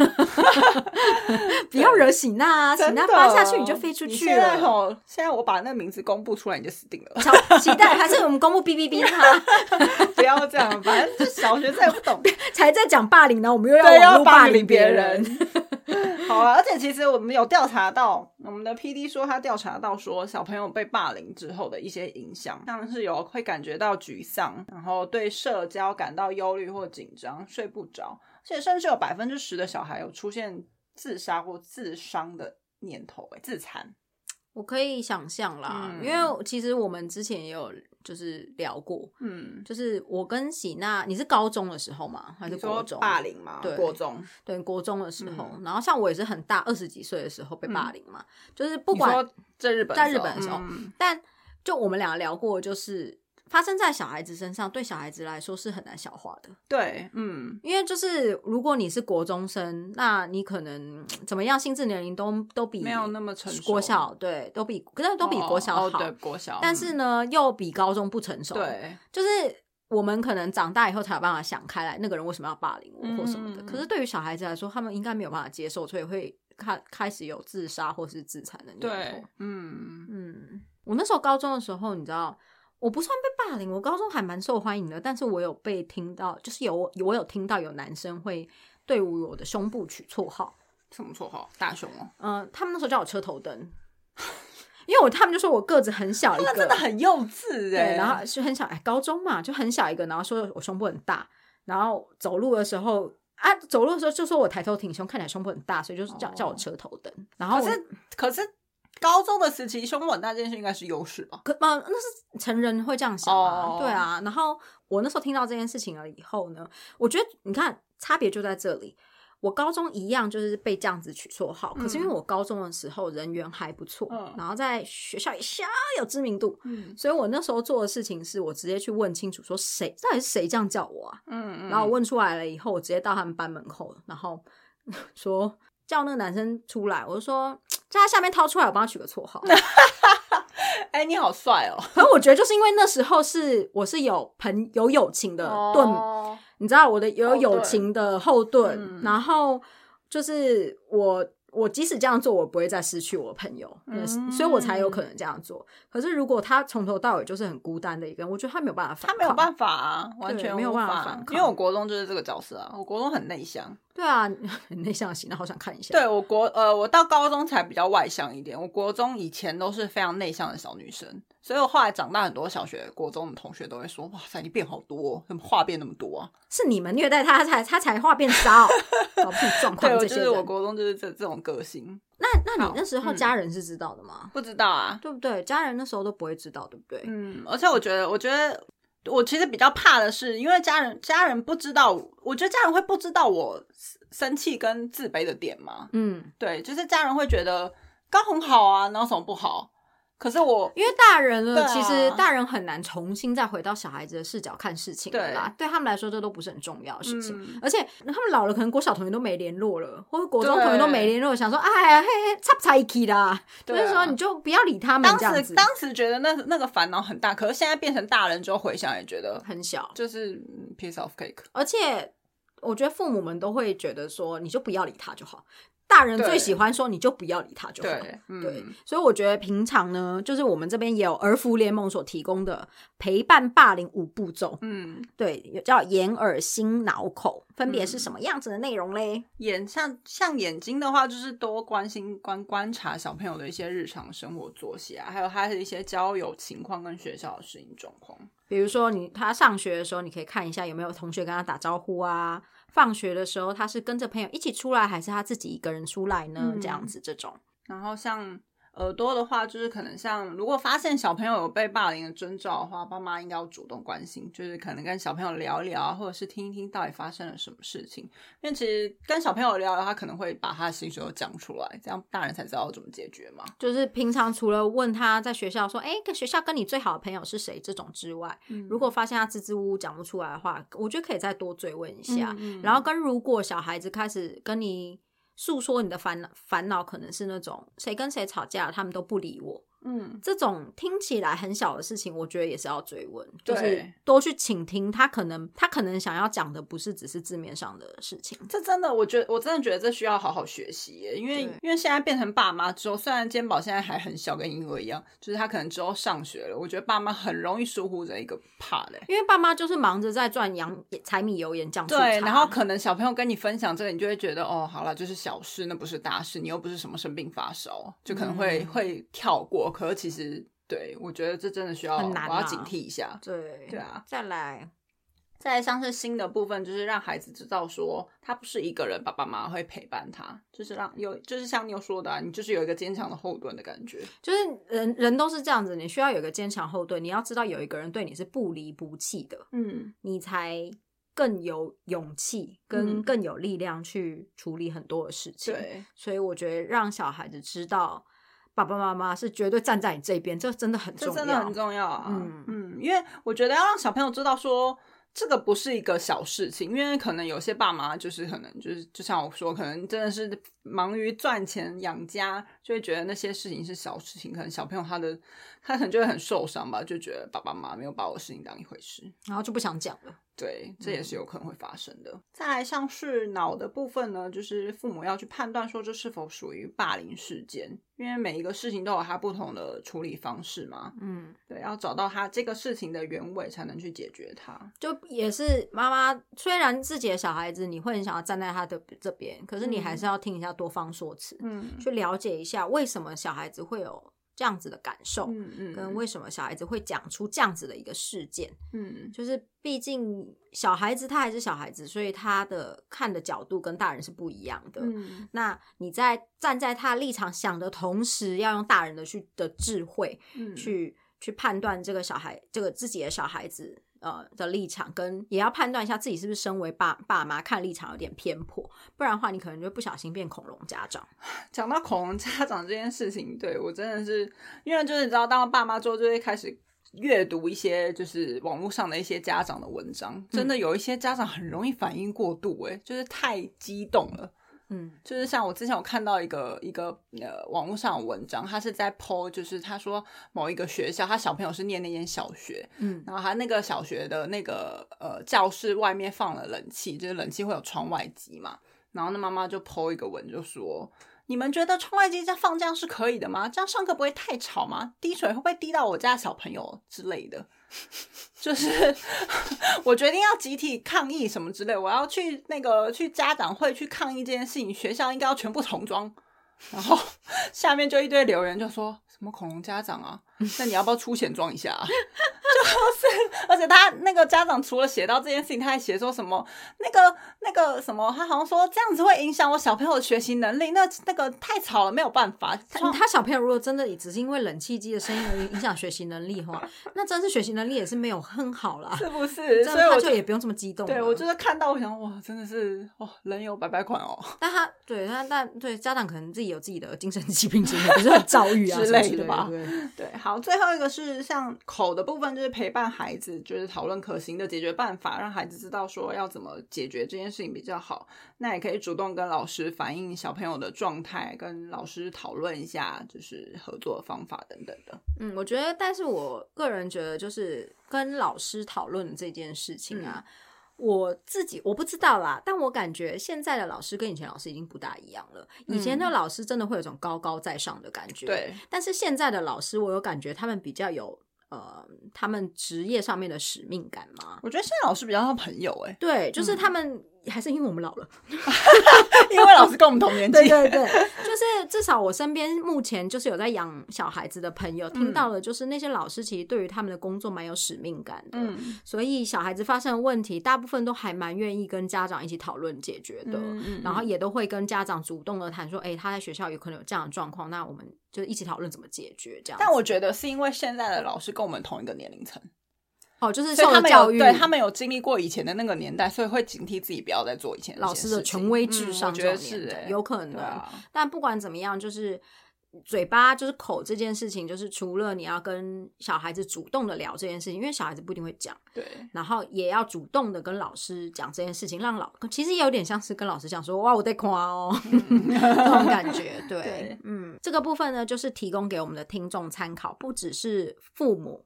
[SPEAKER 3] 不要惹喜娜啊！喜
[SPEAKER 2] 真
[SPEAKER 3] 娜
[SPEAKER 2] 的哦
[SPEAKER 3] 扒下去你就飞出
[SPEAKER 2] 你
[SPEAKER 3] 去
[SPEAKER 2] 现在
[SPEAKER 3] 了。
[SPEAKER 2] 吼，现在我把那个名字公布出来，你就死定了。
[SPEAKER 3] 超期待，还是我们公布哔哔哔他，
[SPEAKER 2] 不要这样，反正就小学生也不懂，
[SPEAKER 3] 才在讲霸凌呢，我们又要
[SPEAKER 2] 对，
[SPEAKER 3] 网
[SPEAKER 2] 要
[SPEAKER 3] 络霸
[SPEAKER 2] 霸
[SPEAKER 3] 凌
[SPEAKER 2] 凌
[SPEAKER 3] 别
[SPEAKER 2] 别
[SPEAKER 3] 人。
[SPEAKER 2] 人。 好啊，而且其实我们有调查到，我们的 P D 说他调查到说小朋友被霸凌之后的一些影响，像是有会感觉到沮丧，然后对社交感到忧虑或紧张，睡不着，而且甚至有百分之十的小孩有出现自杀或自伤的念头、欸，自残。
[SPEAKER 3] 我可以想象啦，
[SPEAKER 2] 嗯
[SPEAKER 3] 因为其实我们之前也有就是聊过，
[SPEAKER 2] 嗯，
[SPEAKER 3] 就是我跟喜娜，你是高中的时候吗？还是
[SPEAKER 2] 你
[SPEAKER 3] 国
[SPEAKER 2] 说
[SPEAKER 3] 中？
[SPEAKER 2] 霸凌吗？
[SPEAKER 3] 对
[SPEAKER 2] 国中，
[SPEAKER 3] 对，国中的时候，
[SPEAKER 2] 嗯
[SPEAKER 3] 然后像我也是很大二十几岁的时候被霸凌嘛，就是不
[SPEAKER 2] 不
[SPEAKER 3] 管，
[SPEAKER 2] 在日本
[SPEAKER 3] 在日本的时候
[SPEAKER 2] 嗯
[SPEAKER 3] 但就我们俩聊过，就是发生在小孩子身上，对小孩子来说是很难消化的，
[SPEAKER 2] 对，嗯，
[SPEAKER 3] 因为就是如果你是国中生，那你可能嗯怎么样，心智年龄都都比
[SPEAKER 2] 没有那么成熟，
[SPEAKER 3] 国小对，都比可是都比国小好，
[SPEAKER 2] 哦哦对国小，
[SPEAKER 3] 但是
[SPEAKER 2] 嗯
[SPEAKER 3] 呢又比高中不成熟，，
[SPEAKER 2] 对。
[SPEAKER 3] 就是我们可能长大以后才有办法想开来，那个人为什么要霸凌我
[SPEAKER 2] 嗯
[SPEAKER 3] 或什么的。
[SPEAKER 2] 嗯嗯
[SPEAKER 3] 可是对于小孩子来说，他们应该没有办法接受，所以会开开始有自杀或是自残的念
[SPEAKER 2] 对
[SPEAKER 3] 头。，
[SPEAKER 2] 嗯，
[SPEAKER 3] 嗯，我那时候高中的时候，你知道。我不算被霸凌，我高中还蛮受欢迎的，但是我有被听到，就是有我有听到有男生会对我的胸部取绰号，
[SPEAKER 2] 什么绰号？大熊哦，
[SPEAKER 3] 嗯、他们那时候叫我车头灯， 因为我他们就说我个子很小一个，
[SPEAKER 2] 哦那真的很幼稚哎、
[SPEAKER 3] 对，然后 是很小，哎，高中嘛，就很小一个，然后说我胸部很大，然后走路的时候啊，走路的时候就说我抬头挺胸，看起来胸部很大，所以就是叫、叫我
[SPEAKER 2] 哦
[SPEAKER 3] 车头灯。然后我
[SPEAKER 2] 可是可是高中的时期胸部很大这件事应该是优势吧？
[SPEAKER 3] 可嘛、那是成人会这样想啊，
[SPEAKER 2] 哦
[SPEAKER 3] 对啊。然后我那时候听到这件事情了以后呢，我觉得你看差别就在这里。我高中一样就是被这样子取绰号，可是因为
[SPEAKER 2] 嗯
[SPEAKER 3] 我高中的时候人缘还不错，
[SPEAKER 2] 嗯
[SPEAKER 3] 然后在学校也小有知名度，
[SPEAKER 2] 嗯
[SPEAKER 3] 所以我那时候做的事情是我直接去问清楚，说谁到底是谁这样叫我啊？
[SPEAKER 2] 嗯
[SPEAKER 3] 然后我问出来了以后，我直接到他们班门口，然后 说叫那个男生出来，我就说叫他下面掏出来，我帮他取个绰 号。
[SPEAKER 2] 哎、你好帅哦，
[SPEAKER 3] 可是我觉得就是因为那时候是我是有朋有友情的盾，
[SPEAKER 2] 哦
[SPEAKER 3] 你知道我的有
[SPEAKER 2] 后盾
[SPEAKER 3] 友情的后盾，
[SPEAKER 2] 嗯
[SPEAKER 3] 然后就是我。我即使这样做，我不会再失去我的朋友，那是
[SPEAKER 2] 嗯
[SPEAKER 3] 所以我才有可能这样做。可是如果他从头到尾就是很孤单的一个人，我觉得他没有办法反
[SPEAKER 2] 他
[SPEAKER 3] 抗，
[SPEAKER 2] 没有办法啊，完全
[SPEAKER 3] 没有
[SPEAKER 2] 无
[SPEAKER 3] 办法反抗
[SPEAKER 2] 因为我国中就是这个角色啊，我国中很内向，
[SPEAKER 3] 对啊，很内向型，那好想看一下。
[SPEAKER 2] 对我国呃，我到高中才比较外向一点，我国中以前都是非常内向的小女生，所以我后来长大很多小学、国中的同学都会说，哇塞，你变好多、哦，怎么话变那么多啊？
[SPEAKER 3] 是你们虐待他，他才他才话变少，搞不清楚状况
[SPEAKER 2] 对，我
[SPEAKER 3] 这
[SPEAKER 2] 就
[SPEAKER 3] 些
[SPEAKER 2] 是我
[SPEAKER 3] 人。
[SPEAKER 2] 国中就是这这种个性，
[SPEAKER 3] 那那你
[SPEAKER 2] 好
[SPEAKER 3] 那时候
[SPEAKER 2] 嗯
[SPEAKER 3] 家人是知道的吗？
[SPEAKER 2] 不知道啊，
[SPEAKER 3] 对不对？家人那时候都不会知道，对不对？
[SPEAKER 2] 嗯，而且我觉得，我觉得我其实比较怕的是，因为家人家人不知道，我觉得家人会不知道我生气跟自卑的点嘛。
[SPEAKER 3] 嗯，
[SPEAKER 2] 对，就是家人会觉得刚很好啊，哪有什么不好？可是我
[SPEAKER 3] 因为大人了，
[SPEAKER 2] 对啊
[SPEAKER 3] 其实大人很难重新再回到小孩子的视角看事情了啦。对他们来说，这都不是很重要的事情。
[SPEAKER 2] 嗯
[SPEAKER 3] 而且他们老了，可能国小同学都没联络了，或者国中
[SPEAKER 2] 对
[SPEAKER 3] 同学都没联络，想说哎呀嘿嘿，差不差一起啦，
[SPEAKER 2] 对啊
[SPEAKER 3] 就是说你就不要理他们
[SPEAKER 2] 当
[SPEAKER 3] 这样子
[SPEAKER 2] 时，当时觉得那那个烦恼很大，可是现在变成大人之后回想也觉得
[SPEAKER 3] 很小。
[SPEAKER 2] 就是嗯 piece of cake。
[SPEAKER 3] 而且我觉得父母们都会觉得说，你就不要理他就好。大人
[SPEAKER 2] 对
[SPEAKER 3] 最喜欢说，你就不要理他就好。
[SPEAKER 2] 对，嗯，
[SPEAKER 3] 对，所以我觉得平常呢，就是我们这边也有儿福联盟所提供的陪伴霸凌五步骤，
[SPEAKER 2] 嗯，
[SPEAKER 3] 对，有叫眼、耳、心、脑、口，分别是什么样子的内容嘞？
[SPEAKER 2] 眼像像眼睛的话，就是多关心观观察小朋友的一些日常生活作息啊，还有他的一些交友情况跟学校的适应状况。
[SPEAKER 3] 比如说你他上学的时候，你可以看一下有没有同学跟他打招呼啊。放学的时候，他是跟着朋友一起出来，还是他自己一个人出来呢？
[SPEAKER 2] 嗯
[SPEAKER 3] 这样子，这种
[SPEAKER 2] 然后像耳朵的话，就是可能像如果发现小朋友有被霸凌的征兆的话，爸妈应该要主动关心，就是可能跟小朋友聊一聊啊，或者是听一听到底发生了什么事情。因为其实跟小朋友聊聊，他可能会把他的心事都讲出来，这样大人才知道怎么解决嘛。
[SPEAKER 3] 就是平常除了问他在学校说，哎、跟学校跟你最好的朋友是谁这种之外，如果发现他支支吾吾讲不出来的话，我觉得可以再多追问一下。
[SPEAKER 2] 嗯嗯
[SPEAKER 3] 然后跟如果小孩子开始跟你诉说你的烦恼，烦恼可能是那种谁跟谁吵架，他们都不理我，
[SPEAKER 2] 嗯，
[SPEAKER 3] 这种听起来很小的事情，我觉得也是要追问，就是
[SPEAKER 2] 对
[SPEAKER 3] 多去倾听他可能他可能想要讲的不是只是字面上的事情。
[SPEAKER 2] 这真的，我觉得我真的觉得这需要好好学习耶，因为
[SPEAKER 3] 对
[SPEAKER 2] 因为现在变成爸妈之后，虽然肩膀现在还很小，跟婴儿一样，就是他可能之后上学了，我觉得爸妈很容易疏忽这一个 part 嘞。
[SPEAKER 3] 因为爸妈就是忙着在赚洋柴米油盐酱醋茶，
[SPEAKER 2] 对，然后可能小朋友跟你分享这个，你就会觉得哦，好了，就是小事，那不是大事，你又不是什么生病发烧，就可能会、
[SPEAKER 3] 嗯
[SPEAKER 2] 会跳过。可是其实，对我觉得这真的需要，
[SPEAKER 3] 很难
[SPEAKER 2] 我要
[SPEAKER 3] 啊
[SPEAKER 2] 警惕一下。
[SPEAKER 3] 对
[SPEAKER 2] 对啊，
[SPEAKER 3] 再来，
[SPEAKER 2] 再来像是新的部分，就是让孩子知道说，他不是一个人，爸爸妈妈会陪伴他，就是让有，就是像你有说的、啊，你就是有一个坚强的后盾的感觉。
[SPEAKER 3] 就是人人都是这样子，你需要有一个坚强后盾，你要知道有一个人对你是不离不弃的，
[SPEAKER 2] 嗯，
[SPEAKER 3] 你才更有勇气跟
[SPEAKER 2] 嗯
[SPEAKER 3] 更有力量去处理很多的事情。
[SPEAKER 2] 对，
[SPEAKER 3] 所以我觉得让小孩子知道爸爸妈妈是绝对站在你这边，这真的很重
[SPEAKER 2] 这
[SPEAKER 3] 要，
[SPEAKER 2] 真的很重要啊。
[SPEAKER 3] 嗯
[SPEAKER 2] 嗯嗯，因为我觉得要让小朋友知道说。这个不是一个小事情，因为可能有些爸妈就是可能就是就像我说，可能真的是忙于赚钱养家，就会觉得那些事情是小事情，可能小朋友他的他可能就会很受伤吧，就觉得爸爸妈妈没有把我的事情当一回事。
[SPEAKER 3] 然后就不想讲了。
[SPEAKER 2] 对，这也是有可能会发生的。再来像是脑的部分呢，就是父母要去判断说这是否属于霸凌事件，因为每一个事情都有它不同的处理方式嘛。
[SPEAKER 3] 嗯，
[SPEAKER 2] 对，要找到他这个事情的原委，才能去解决它。
[SPEAKER 3] 就也是妈妈，虽然自己的小孩子，你会很想要站在他的这边，可是你
[SPEAKER 2] 嗯
[SPEAKER 3] 还是要听一下多方说辞，
[SPEAKER 2] 嗯
[SPEAKER 3] 去了解一下为什么小孩子会有这样子的感受，
[SPEAKER 2] 嗯嗯，
[SPEAKER 3] 跟为什么小孩子会讲出这样子的一个事件。
[SPEAKER 2] 嗯
[SPEAKER 3] 就是毕竟小孩子他还是小孩子，所以他的看的角度跟大人是不一样的。
[SPEAKER 2] 嗯
[SPEAKER 3] 那你在站在他立场想的同时，要用大人的去的智慧
[SPEAKER 2] 嗯
[SPEAKER 3] 去、去判断这个小孩，这个自己的小孩子呃的立场，跟也要判断一下自己是不是身为爸爸妈看立场有点偏颇，不然的话你可能就不小心变恐龙家长。
[SPEAKER 2] 讲到恐龙家长这件事情，对我真的是，因为就是你知道，当了爸妈之后，就会开始阅读一些就是网络上的一些家长的文章，真的有一些家长很容易反应过度、欸，就是太激动了。
[SPEAKER 3] 嗯
[SPEAKER 2] 就是像我之前有看到一个一个呃网络上的文章，他是在 PO，就是他说某一个学校，他小朋友是念那间小学，
[SPEAKER 3] 嗯
[SPEAKER 2] 然后他那个小学的那个呃教室外面放了冷气，就是冷气会有窗外机嘛。然后那妈妈就 PO 一个文，就说：“你们觉得窗外机这样放这样是可以的吗？这样上课不会太吵吗？滴水会不会滴到我家的小朋友之类的？” 就是 我决定要集体抗议什么之类，我要去那个去家长会去抗议这件事情，学校应该要全部重装。然后 下面就一堆留言就说什么恐龙家长啊，那你要不要出钱装一下、啊？ 而且他那个家长除了写到这件事情，他还写说什么那个那个什么，他好像说这样子会影响我小朋友的学习能力，那那个太吵了，没有办法。
[SPEAKER 3] 他他小朋友如果真的也只是因为冷气机的声音而影响学习能力的话，那真是学习能力也是没有很好啦。
[SPEAKER 2] 是不是？
[SPEAKER 3] 这
[SPEAKER 2] 所以
[SPEAKER 3] 样他
[SPEAKER 2] 我
[SPEAKER 3] 就也不用这么激动了。
[SPEAKER 2] 对我就是看到，我想哇，真的是哇，人有百百款哦
[SPEAKER 3] 但他对他但对家长可能自己有自己的精神疾病之类，不是很躁郁啊
[SPEAKER 2] 之
[SPEAKER 3] 什么
[SPEAKER 2] 类
[SPEAKER 3] 之
[SPEAKER 2] 的
[SPEAKER 3] 类
[SPEAKER 2] 吧
[SPEAKER 3] 对
[SPEAKER 2] 对，好，最后一个是像口的部分，就是陪伴孩子，就是讨论可行的解决办法，让孩子知道说要怎么解决这件事情比较好。那也可以主动跟老师反映小朋友的状态，跟老师讨论一下，就是合作方法等等的。
[SPEAKER 3] 嗯，我觉得，但是我个人觉得，就是跟老师讨论这件事情啊，
[SPEAKER 2] 嗯
[SPEAKER 3] 我自己我不知道啦，但我感觉现在的老师跟以前老师已经不大一样了。以前的老师真的会有种高高在上的感觉，。
[SPEAKER 2] 嗯对，
[SPEAKER 3] 但是现在的老师，我有感觉他们比较有呃，他们职业上面的使命感嘛。
[SPEAKER 2] 我觉得现在老师比较像朋友 哎、
[SPEAKER 3] 对，就是他们、还是因为我们老了，
[SPEAKER 2] 因为老师跟我们同年纪。
[SPEAKER 3] 对对对，就是就是至少我身边目前就是有在养小孩子的朋友，听
[SPEAKER 2] 嗯
[SPEAKER 3] 到了就是那些老师其实对于他们的工作蛮有使命感的，
[SPEAKER 2] 嗯
[SPEAKER 3] 所以小孩子发生的问题，大部分都还蛮愿意跟家长一起讨论解决的。
[SPEAKER 2] 嗯
[SPEAKER 3] 然后也都会跟家长主动的谈说，哎、他在学校有可能有这样的状况，那我们就一起讨论怎么解决这样子。
[SPEAKER 2] 但我觉得是因为现在的老师跟我们同一个年龄层，
[SPEAKER 3] 哦，就是
[SPEAKER 2] 所以
[SPEAKER 3] 受
[SPEAKER 2] 他
[SPEAKER 3] 了
[SPEAKER 2] 们
[SPEAKER 3] 教
[SPEAKER 2] 有
[SPEAKER 3] 育，
[SPEAKER 2] 对他们有经历过以前的那个年代，所以会警惕自己不要再做以前那
[SPEAKER 3] 老
[SPEAKER 2] 些
[SPEAKER 3] 师的
[SPEAKER 2] 事情
[SPEAKER 3] 权威
[SPEAKER 2] 嗯
[SPEAKER 3] 至上
[SPEAKER 2] 我觉
[SPEAKER 3] 这
[SPEAKER 2] 得
[SPEAKER 3] 种年
[SPEAKER 2] 是
[SPEAKER 3] 代、
[SPEAKER 2] 欸
[SPEAKER 3] 有可
[SPEAKER 2] 对
[SPEAKER 3] 能。
[SPEAKER 2] 啊，
[SPEAKER 3] 但不管怎么样，就是嘴巴就是口这件事情，就是除了你要跟小孩子主动的聊这件事情，因为小孩子不一定会讲，
[SPEAKER 2] 对，
[SPEAKER 3] 然后也要主动的跟老师讲这件事情，让老其实也有点像是跟老师讲说哇我在夸 哦这种感觉，对，
[SPEAKER 2] 对
[SPEAKER 3] 嗯，这个部分呢就是提供给我们的听众参考，不只是父母，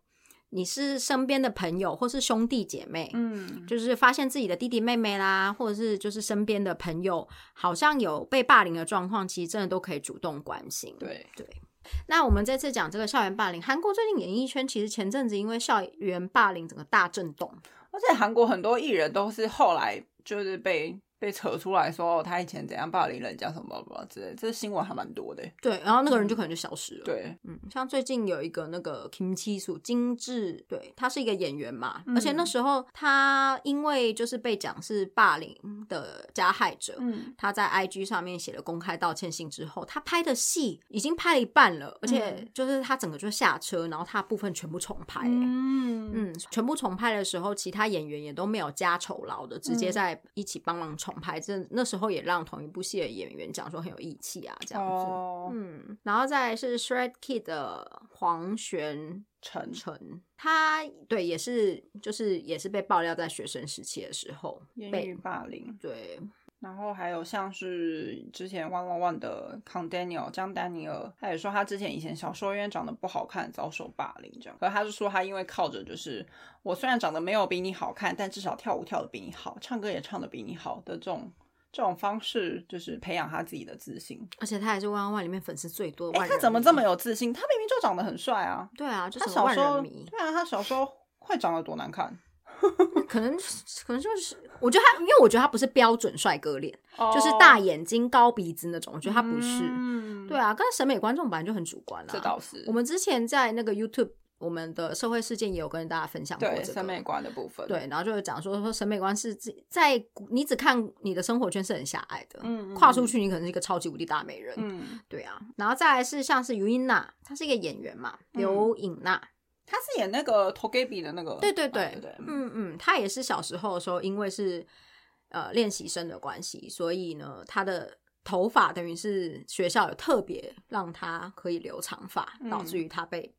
[SPEAKER 3] 你是身边的朋友或是兄弟姐妹，
[SPEAKER 2] 嗯，
[SPEAKER 3] 就是发现自己的弟弟妹妹啦，或者是就是身边的朋友，好像有被霸凌的状况，其实真的都可以主动关心。
[SPEAKER 2] 对，
[SPEAKER 3] 对。那我们这次讲这个校园霸凌，韩国最近演艺圈其实前阵子因为校园霸凌整个大震动，
[SPEAKER 2] 而且韩国很多艺人都是后来就是被被扯出来说、哦、他以前怎样霸凌人家什么巴拉巴拉之类的，这新闻还蛮多的欸。
[SPEAKER 3] 对，然后那个人就可能就消失了。，
[SPEAKER 2] 对，
[SPEAKER 3] 嗯，像最近有一个那个 Kim Chi s 金智，对他是一个演员嘛，
[SPEAKER 2] 嗯
[SPEAKER 3] 而且那时候他因为就是被讲是霸凌的加害者，
[SPEAKER 2] 嗯，
[SPEAKER 3] 他在 IG 上面写了公开道歉信之后，他拍的戏已经拍了一半了，而且就是他整个就下车，然后他部分全部重
[SPEAKER 2] 哎
[SPEAKER 3] 拍、欸
[SPEAKER 2] 嗯
[SPEAKER 3] 嗯全部重拍的时候，其他演员也都没有加酬劳的，直
[SPEAKER 2] 嗯
[SPEAKER 3] 接在一起帮忙重拍。这那时候也让同一部戏的演员讲说很有义气啊，这样子。
[SPEAKER 2] 哦，
[SPEAKER 3] 嗯，然后再来是 Shred Kid 的黄玄
[SPEAKER 2] 陈
[SPEAKER 3] 成，他对也是就是也是被爆料在学生时期的时候
[SPEAKER 2] 言
[SPEAKER 3] 被
[SPEAKER 2] 语霸凌，
[SPEAKER 3] 对
[SPEAKER 2] 然后还有像是之前 One on One 的康丹尼尔江丹尼尔，他也说他之前以前小时候因为长得不好看遭受霸凌这样，可是他就说他因为靠着就是我虽然长得没有比你好看，但至少跳舞跳的比你好，唱歌也唱的比你好的这种这种方式，就是培养他自己的自信。
[SPEAKER 3] 而且他也是万万万里面粉丝最多的万
[SPEAKER 2] 哎、
[SPEAKER 3] 人
[SPEAKER 2] 他
[SPEAKER 3] 迷。
[SPEAKER 2] 怎么这么有自信？他明明就长得很帅啊，
[SPEAKER 3] 对啊，就
[SPEAKER 2] 他
[SPEAKER 3] 是个
[SPEAKER 2] 小
[SPEAKER 3] 万
[SPEAKER 2] 时候
[SPEAKER 3] 人迷，
[SPEAKER 2] 对啊，他小时候会长得多难看，
[SPEAKER 3] 可能可能就是，我觉得他，因为我觉得他不是标准帅哥脸，就是
[SPEAKER 2] 哦
[SPEAKER 3] 大眼睛、高鼻子那种，我觉得他不是。
[SPEAKER 2] 嗯
[SPEAKER 3] 对啊，跟审美观众本来就很主观啦、
[SPEAKER 2] 这倒是
[SPEAKER 3] 我们之前在那个 YouTube 我们的社会事件也有跟大家分享过
[SPEAKER 2] 对
[SPEAKER 3] 这
[SPEAKER 2] 审美
[SPEAKER 3] 个。
[SPEAKER 2] 观的部分，
[SPEAKER 3] 对，然后就有讲说说审美观是自在古你只看你的生活圈是很狭隘的，
[SPEAKER 2] 嗯嗯
[SPEAKER 3] 跨出去你可能是一个超级无敌大美人，
[SPEAKER 2] 嗯，
[SPEAKER 3] 对啊，然后再来是像是于英娜，她是一个演员嘛，
[SPEAKER 2] 嗯
[SPEAKER 3] 刘颖娜，
[SPEAKER 2] 他是演那个 Togebi 的那个，
[SPEAKER 3] 对对
[SPEAKER 2] 啊
[SPEAKER 3] 对，
[SPEAKER 2] 对对，嗯
[SPEAKER 3] 嗯嗯，他也是小时候的时候，因为是呃练习生的关系，所以呢，他的头发等于是学校有特别让他可以留长发，
[SPEAKER 2] 嗯
[SPEAKER 3] 导致于他被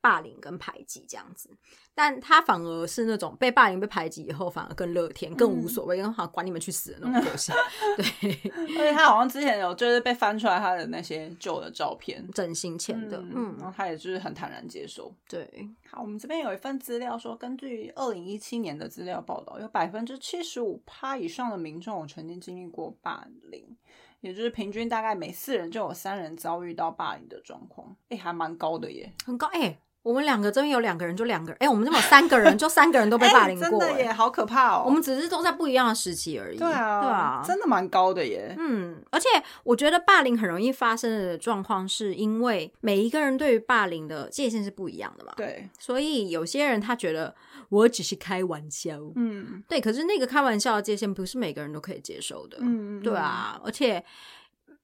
[SPEAKER 3] 霸凌跟排挤这样子。但他反而是那种被霸凌、被排挤以后，反而更乐天、更
[SPEAKER 2] 嗯
[SPEAKER 3] 无所谓，更好管你们去死的那种个性。 对，
[SPEAKER 2] 而且他好像之前有就是被翻出来他的那些旧的照片，
[SPEAKER 3] 真 心欠的，嗯，
[SPEAKER 2] 然后他也就是很坦然接受。
[SPEAKER 3] 对，
[SPEAKER 2] 好，我们这边有一份资料说，根据二零一七年的资料报道，有百分之七十五趴以上的民众有曾经经历过霸凌，也就是平均大概每四人就有三人遭遇到霸凌的状况，哎、还蛮高的耶。
[SPEAKER 3] 很高哎。我们两个这边有两个人，就两个人；哎、我们这边有三个人，就三个人 都被霸凌
[SPEAKER 2] 诶
[SPEAKER 3] 过、
[SPEAKER 2] 真的
[SPEAKER 3] 哎
[SPEAKER 2] 耶，好可怕哦。
[SPEAKER 3] 我们只是都在不一样的时期而已。
[SPEAKER 2] 对啊，
[SPEAKER 3] 对啊，
[SPEAKER 2] 真的蛮高的耶。
[SPEAKER 3] 嗯，而且我觉得霸凌很容易发生的状况，是因为每一个人对于霸凌的界限是不一样的嘛。，
[SPEAKER 2] 对，
[SPEAKER 3] 所以有些人他觉得我只是开玩笑，
[SPEAKER 2] 嗯
[SPEAKER 3] 对，可是那个开玩笑的界限不是每个人都可以接受的。，
[SPEAKER 2] 嗯，
[SPEAKER 3] 对，啊，而且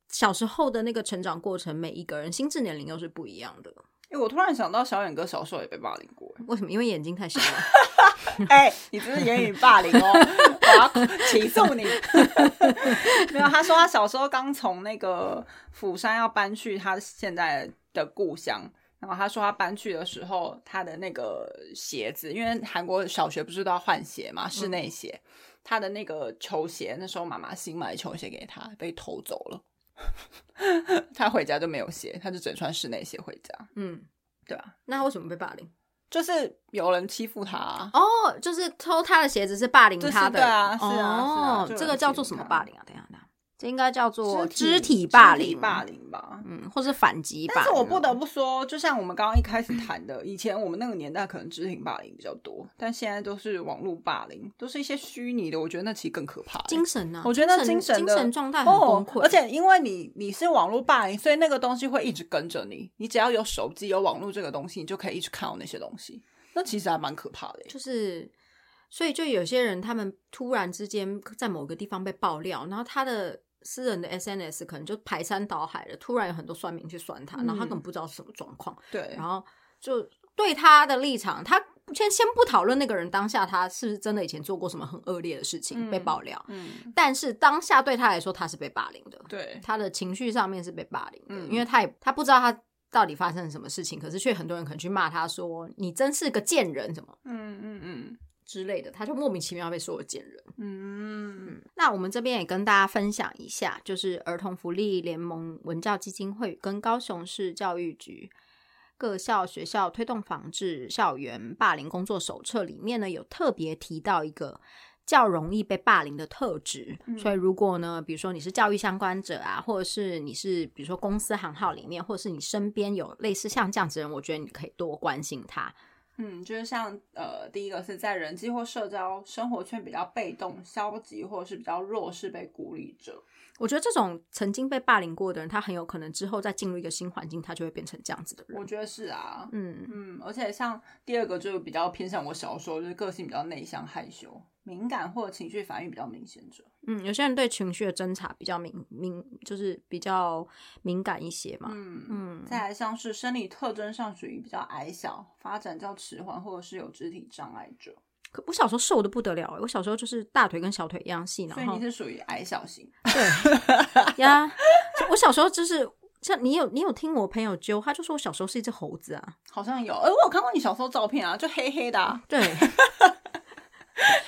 [SPEAKER 3] 小时候的那个成长过程，每一个人心智年龄又是不一样的。
[SPEAKER 2] 哎、我突然想到，小远哥小时候也被霸凌过耶。
[SPEAKER 3] 为什么？因为眼睛太小了。
[SPEAKER 2] 哎、 你这是言语霸凌哦！我要起诉你。 没有，他说他小时候刚从那个釜山要搬去他现在的故乡，然后他说他搬去的时候，他的那个鞋子，因为韩国小学不是都要换鞋嘛，室内鞋。他的那个球鞋，那时候妈妈新买的球鞋给他，被偷走了。 他回家就没有鞋，他就只能穿室内鞋回家。
[SPEAKER 3] 嗯，
[SPEAKER 2] 对啊，
[SPEAKER 3] 那他为什么被霸凌？
[SPEAKER 2] 就是有人欺负他啊、
[SPEAKER 3] 哦，就是偷他的鞋子是霸凌
[SPEAKER 2] 就是
[SPEAKER 3] 他的，
[SPEAKER 2] 对啊是啊是啊
[SPEAKER 3] 哦
[SPEAKER 2] 就有人
[SPEAKER 3] 这个叫做
[SPEAKER 2] 欺
[SPEAKER 3] 什
[SPEAKER 2] 负
[SPEAKER 3] 么
[SPEAKER 2] 他
[SPEAKER 3] 霸凌啊？等一下，等一下，这应该叫做
[SPEAKER 2] 肢
[SPEAKER 3] 肢体
[SPEAKER 2] 体
[SPEAKER 3] 霸
[SPEAKER 2] 肢体
[SPEAKER 3] 凌，
[SPEAKER 2] 霸，凌吧。
[SPEAKER 3] 嗯，或是反击霸凌
[SPEAKER 2] 但
[SPEAKER 3] 啊。
[SPEAKER 2] 是我不得不说，就像我们刚刚一开始谈的，以前我们那个年代可能知情霸凌比较多，但现在都是网络霸凌，都是一些虚拟的。我觉得那其实更可怕欸、
[SPEAKER 3] 精神啊，
[SPEAKER 2] 我觉得
[SPEAKER 3] 精
[SPEAKER 2] 神
[SPEAKER 3] 精
[SPEAKER 2] 的
[SPEAKER 3] 神状态很崩
[SPEAKER 2] 哦
[SPEAKER 3] 溃，，
[SPEAKER 2] 而且因为你你是网络霸凌，所以那个东西会一直跟着你。你只要有手机有网络这个东西，你就可以一直看到那些东西。那其实还蛮可怕的欸、
[SPEAKER 3] 就是，所以就有些人他们突然之间在某个地方被爆料，然后他的私人的 SNS 可能就排山倒海了，突然有很多酸民去酸他，然后他根本
[SPEAKER 2] 嗯
[SPEAKER 3] 不知道是什么状况，
[SPEAKER 2] 对
[SPEAKER 3] 然，后就对他的立场，他先先不讨论那个人当下他是不是真的以前做过什么很恶劣的事情、被
[SPEAKER 2] 嗯
[SPEAKER 3] 爆料，
[SPEAKER 2] 嗯，
[SPEAKER 3] 但是当下对他来说他是被霸凌的，
[SPEAKER 2] 对，
[SPEAKER 3] 他的情绪上面是被霸凌的，
[SPEAKER 2] 嗯
[SPEAKER 3] 因为他也他不知道他到底发生了什么事情，可是却很多人可能去骂他说你真是个贱人什么
[SPEAKER 2] 嗯嗯嗯
[SPEAKER 3] 之类的，他就莫名其妙被说我贱人。
[SPEAKER 2] 嗯
[SPEAKER 3] 嗯，那我们这边也跟大家分享一下，就是儿童福利联盟文教基金会跟高雄市教育局。各校学校推动防治校园霸凌工作手册里面呢，有特别提到一个较容易被霸凌的特质。
[SPEAKER 2] 嗯
[SPEAKER 3] 所以，如果呢，比如说你是教育相关者啊，或者是你是比如说公司行号里面，或者是你身边有类似像这样子的人，我觉得你可以多关心他。
[SPEAKER 2] 嗯，就是像呃，第一个是在人际或社交生活圈比较被动、消极，或者是比较弱势被孤立者。
[SPEAKER 3] 我觉得这种曾经被霸凌过的人，他很有可能之后再进入一个新环境，他就会变成这样子的
[SPEAKER 2] 我
[SPEAKER 3] 人。
[SPEAKER 2] 觉得是啊，
[SPEAKER 3] 嗯，
[SPEAKER 2] 嗯，而且像第二个就比较偏向我小时候，就是个性比较内向、害羞、敏感或情绪反应比较明显者。
[SPEAKER 3] 嗯，有些人对情绪的侦查比较敏敏，就是比较敏感一些嘛。
[SPEAKER 2] 嗯
[SPEAKER 3] 嗯
[SPEAKER 2] 再来像是生理特征上属于比较矮小、发展较迟缓，或者是有肢体障碍者，
[SPEAKER 3] 可我小时候瘦的不得了、欸，我小时候就是大腿跟小腿一样细，
[SPEAKER 2] 所
[SPEAKER 3] 然
[SPEAKER 2] 以
[SPEAKER 3] 后
[SPEAKER 2] 你是属于矮小型。
[SPEAKER 3] 对呀，就我小时候就是像你有你有听我朋友揪，他就说我小时候是一只猴子啊。
[SPEAKER 2] 好像有，哎、我有看过你小时候照片啊，就黑黑的、啊，
[SPEAKER 3] 对，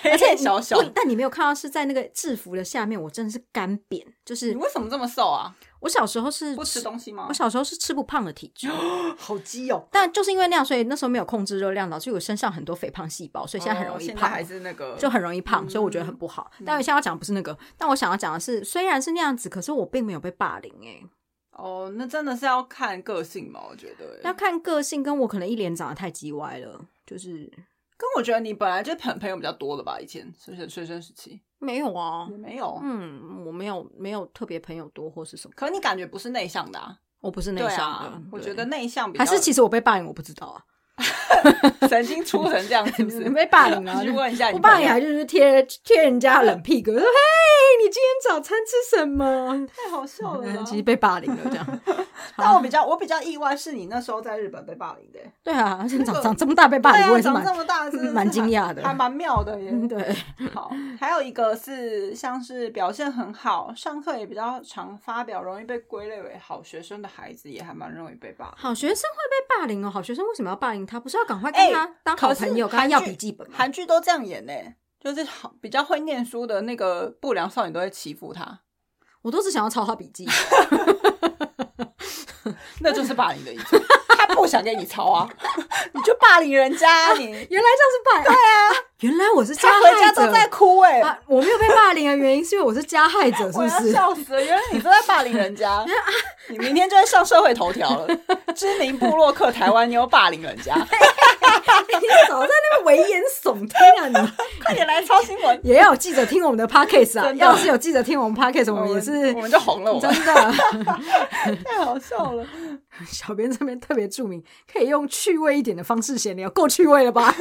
[SPEAKER 2] 而
[SPEAKER 3] 而 且你
[SPEAKER 2] 小小
[SPEAKER 3] 不。但你没有看到是在那个制服的下面，我真的是干扁，就
[SPEAKER 2] 你
[SPEAKER 3] 是
[SPEAKER 2] 为什么这么瘦啊？
[SPEAKER 3] 我小时候是
[SPEAKER 2] 不吃东西吗
[SPEAKER 3] 我？小时候是吃不胖的体质。
[SPEAKER 2] 好哦基友，
[SPEAKER 3] 但就是因为那样，所以那时候没有控制热量，导致我身上很多肥胖细胞，所以现在很容易
[SPEAKER 2] 哦现在
[SPEAKER 3] 胖，
[SPEAKER 2] 还是那个，
[SPEAKER 3] 就很容易胖，所以我觉得
[SPEAKER 2] 嗯
[SPEAKER 3] 很不好。但我现在要讲的不是那个，但我想要讲的是，虽然是那样子，可是我并没有被霸凌哎、
[SPEAKER 2] 哦，那真的是要看个性吧，我觉得。欸
[SPEAKER 3] 要看个性，跟我可能一脸长得太叽歪了，就是
[SPEAKER 2] 跟我觉得你本来就朋朋友比较多的吧，以前学生学生时期
[SPEAKER 3] 没有啊
[SPEAKER 2] 也。没有，
[SPEAKER 3] 嗯，我没有没有特别朋友多或是什么，
[SPEAKER 2] 可你感觉不是内向的啊？
[SPEAKER 3] 我不是内
[SPEAKER 2] 对
[SPEAKER 3] 向的。
[SPEAKER 2] 啊，我
[SPEAKER 3] 对
[SPEAKER 2] 觉得内向比较
[SPEAKER 3] 还是其实我被霸凌，我不知道啊。
[SPEAKER 2] 神经出成这样， 是不是？
[SPEAKER 3] 被霸凌啊
[SPEAKER 2] 去问一下你
[SPEAKER 3] 我
[SPEAKER 2] 朋友，
[SPEAKER 3] 霸凌还就是贴贴人家冷屁 股，说嘿，你今天早餐吃什么？
[SPEAKER 2] 太好 笑了
[SPEAKER 3] 嗯，
[SPEAKER 2] 啦。
[SPEAKER 3] 其实被霸凌了这样。
[SPEAKER 2] 但我比较我比较意外是你那时候在日本被霸凌的，
[SPEAKER 3] 对啊，长
[SPEAKER 2] 个
[SPEAKER 3] 长这么大被霸
[SPEAKER 2] 对
[SPEAKER 3] 凌，我
[SPEAKER 2] 啊，
[SPEAKER 3] 也是
[SPEAKER 2] 长
[SPEAKER 3] 蛮
[SPEAKER 2] 这 么大真的是
[SPEAKER 3] 蛮惊讶
[SPEAKER 2] 还
[SPEAKER 3] 的。
[SPEAKER 2] 蛮妙的耶。
[SPEAKER 3] 嗯， 对，
[SPEAKER 2] 好，还有一个是像是表现很好，上课也比较常发表，容易被归类为好学生的孩子，也还蛮容易被霸凌。
[SPEAKER 3] 好学生会被霸凌哦，好学生为什么要霸凌他？不是要赶快
[SPEAKER 2] 哎
[SPEAKER 3] 跟他当好朋友，
[SPEAKER 2] 可是
[SPEAKER 3] 跟他要
[SPEAKER 2] 韩剧
[SPEAKER 3] 笔记本吗？
[SPEAKER 2] 韩剧都这样演呢、就是好比较会念书的那个不良少女都会欺负他，
[SPEAKER 3] 我都只想要抄他笔记。
[SPEAKER 2] 那就是霸凌的一种。 他不想给你抄啊， 你就霸凌人家、啊、你。
[SPEAKER 3] 原来这样是霸，对啊，原来我是 加
[SPEAKER 2] 他回家
[SPEAKER 3] 害
[SPEAKER 2] 都在
[SPEAKER 3] 者。
[SPEAKER 2] 哭哎、
[SPEAKER 3] 啊，我没有被霸凌的原因是因为我是加害者，是
[SPEAKER 2] 我
[SPEAKER 3] 不
[SPEAKER 2] 要
[SPEAKER 3] 是？
[SPEAKER 2] 笑死了！原来你都在霸凌 人家，你明天就会上社会头条了。 知名布洛克台湾妞霸凌人 家，
[SPEAKER 3] 你早在那边危言耸听啊！
[SPEAKER 2] 快点来抄新闻。
[SPEAKER 3] 你也要有记者听我们的 podcast 啊，
[SPEAKER 2] 真的
[SPEAKER 3] 要是有记者听我们 podcast，我们哦也是
[SPEAKER 2] 我们就红了，我们
[SPEAKER 3] 真的。
[SPEAKER 2] 太好笑了。
[SPEAKER 3] 小编这边特别注明，可以用趣味一点的方式闲聊，够趣味了吧？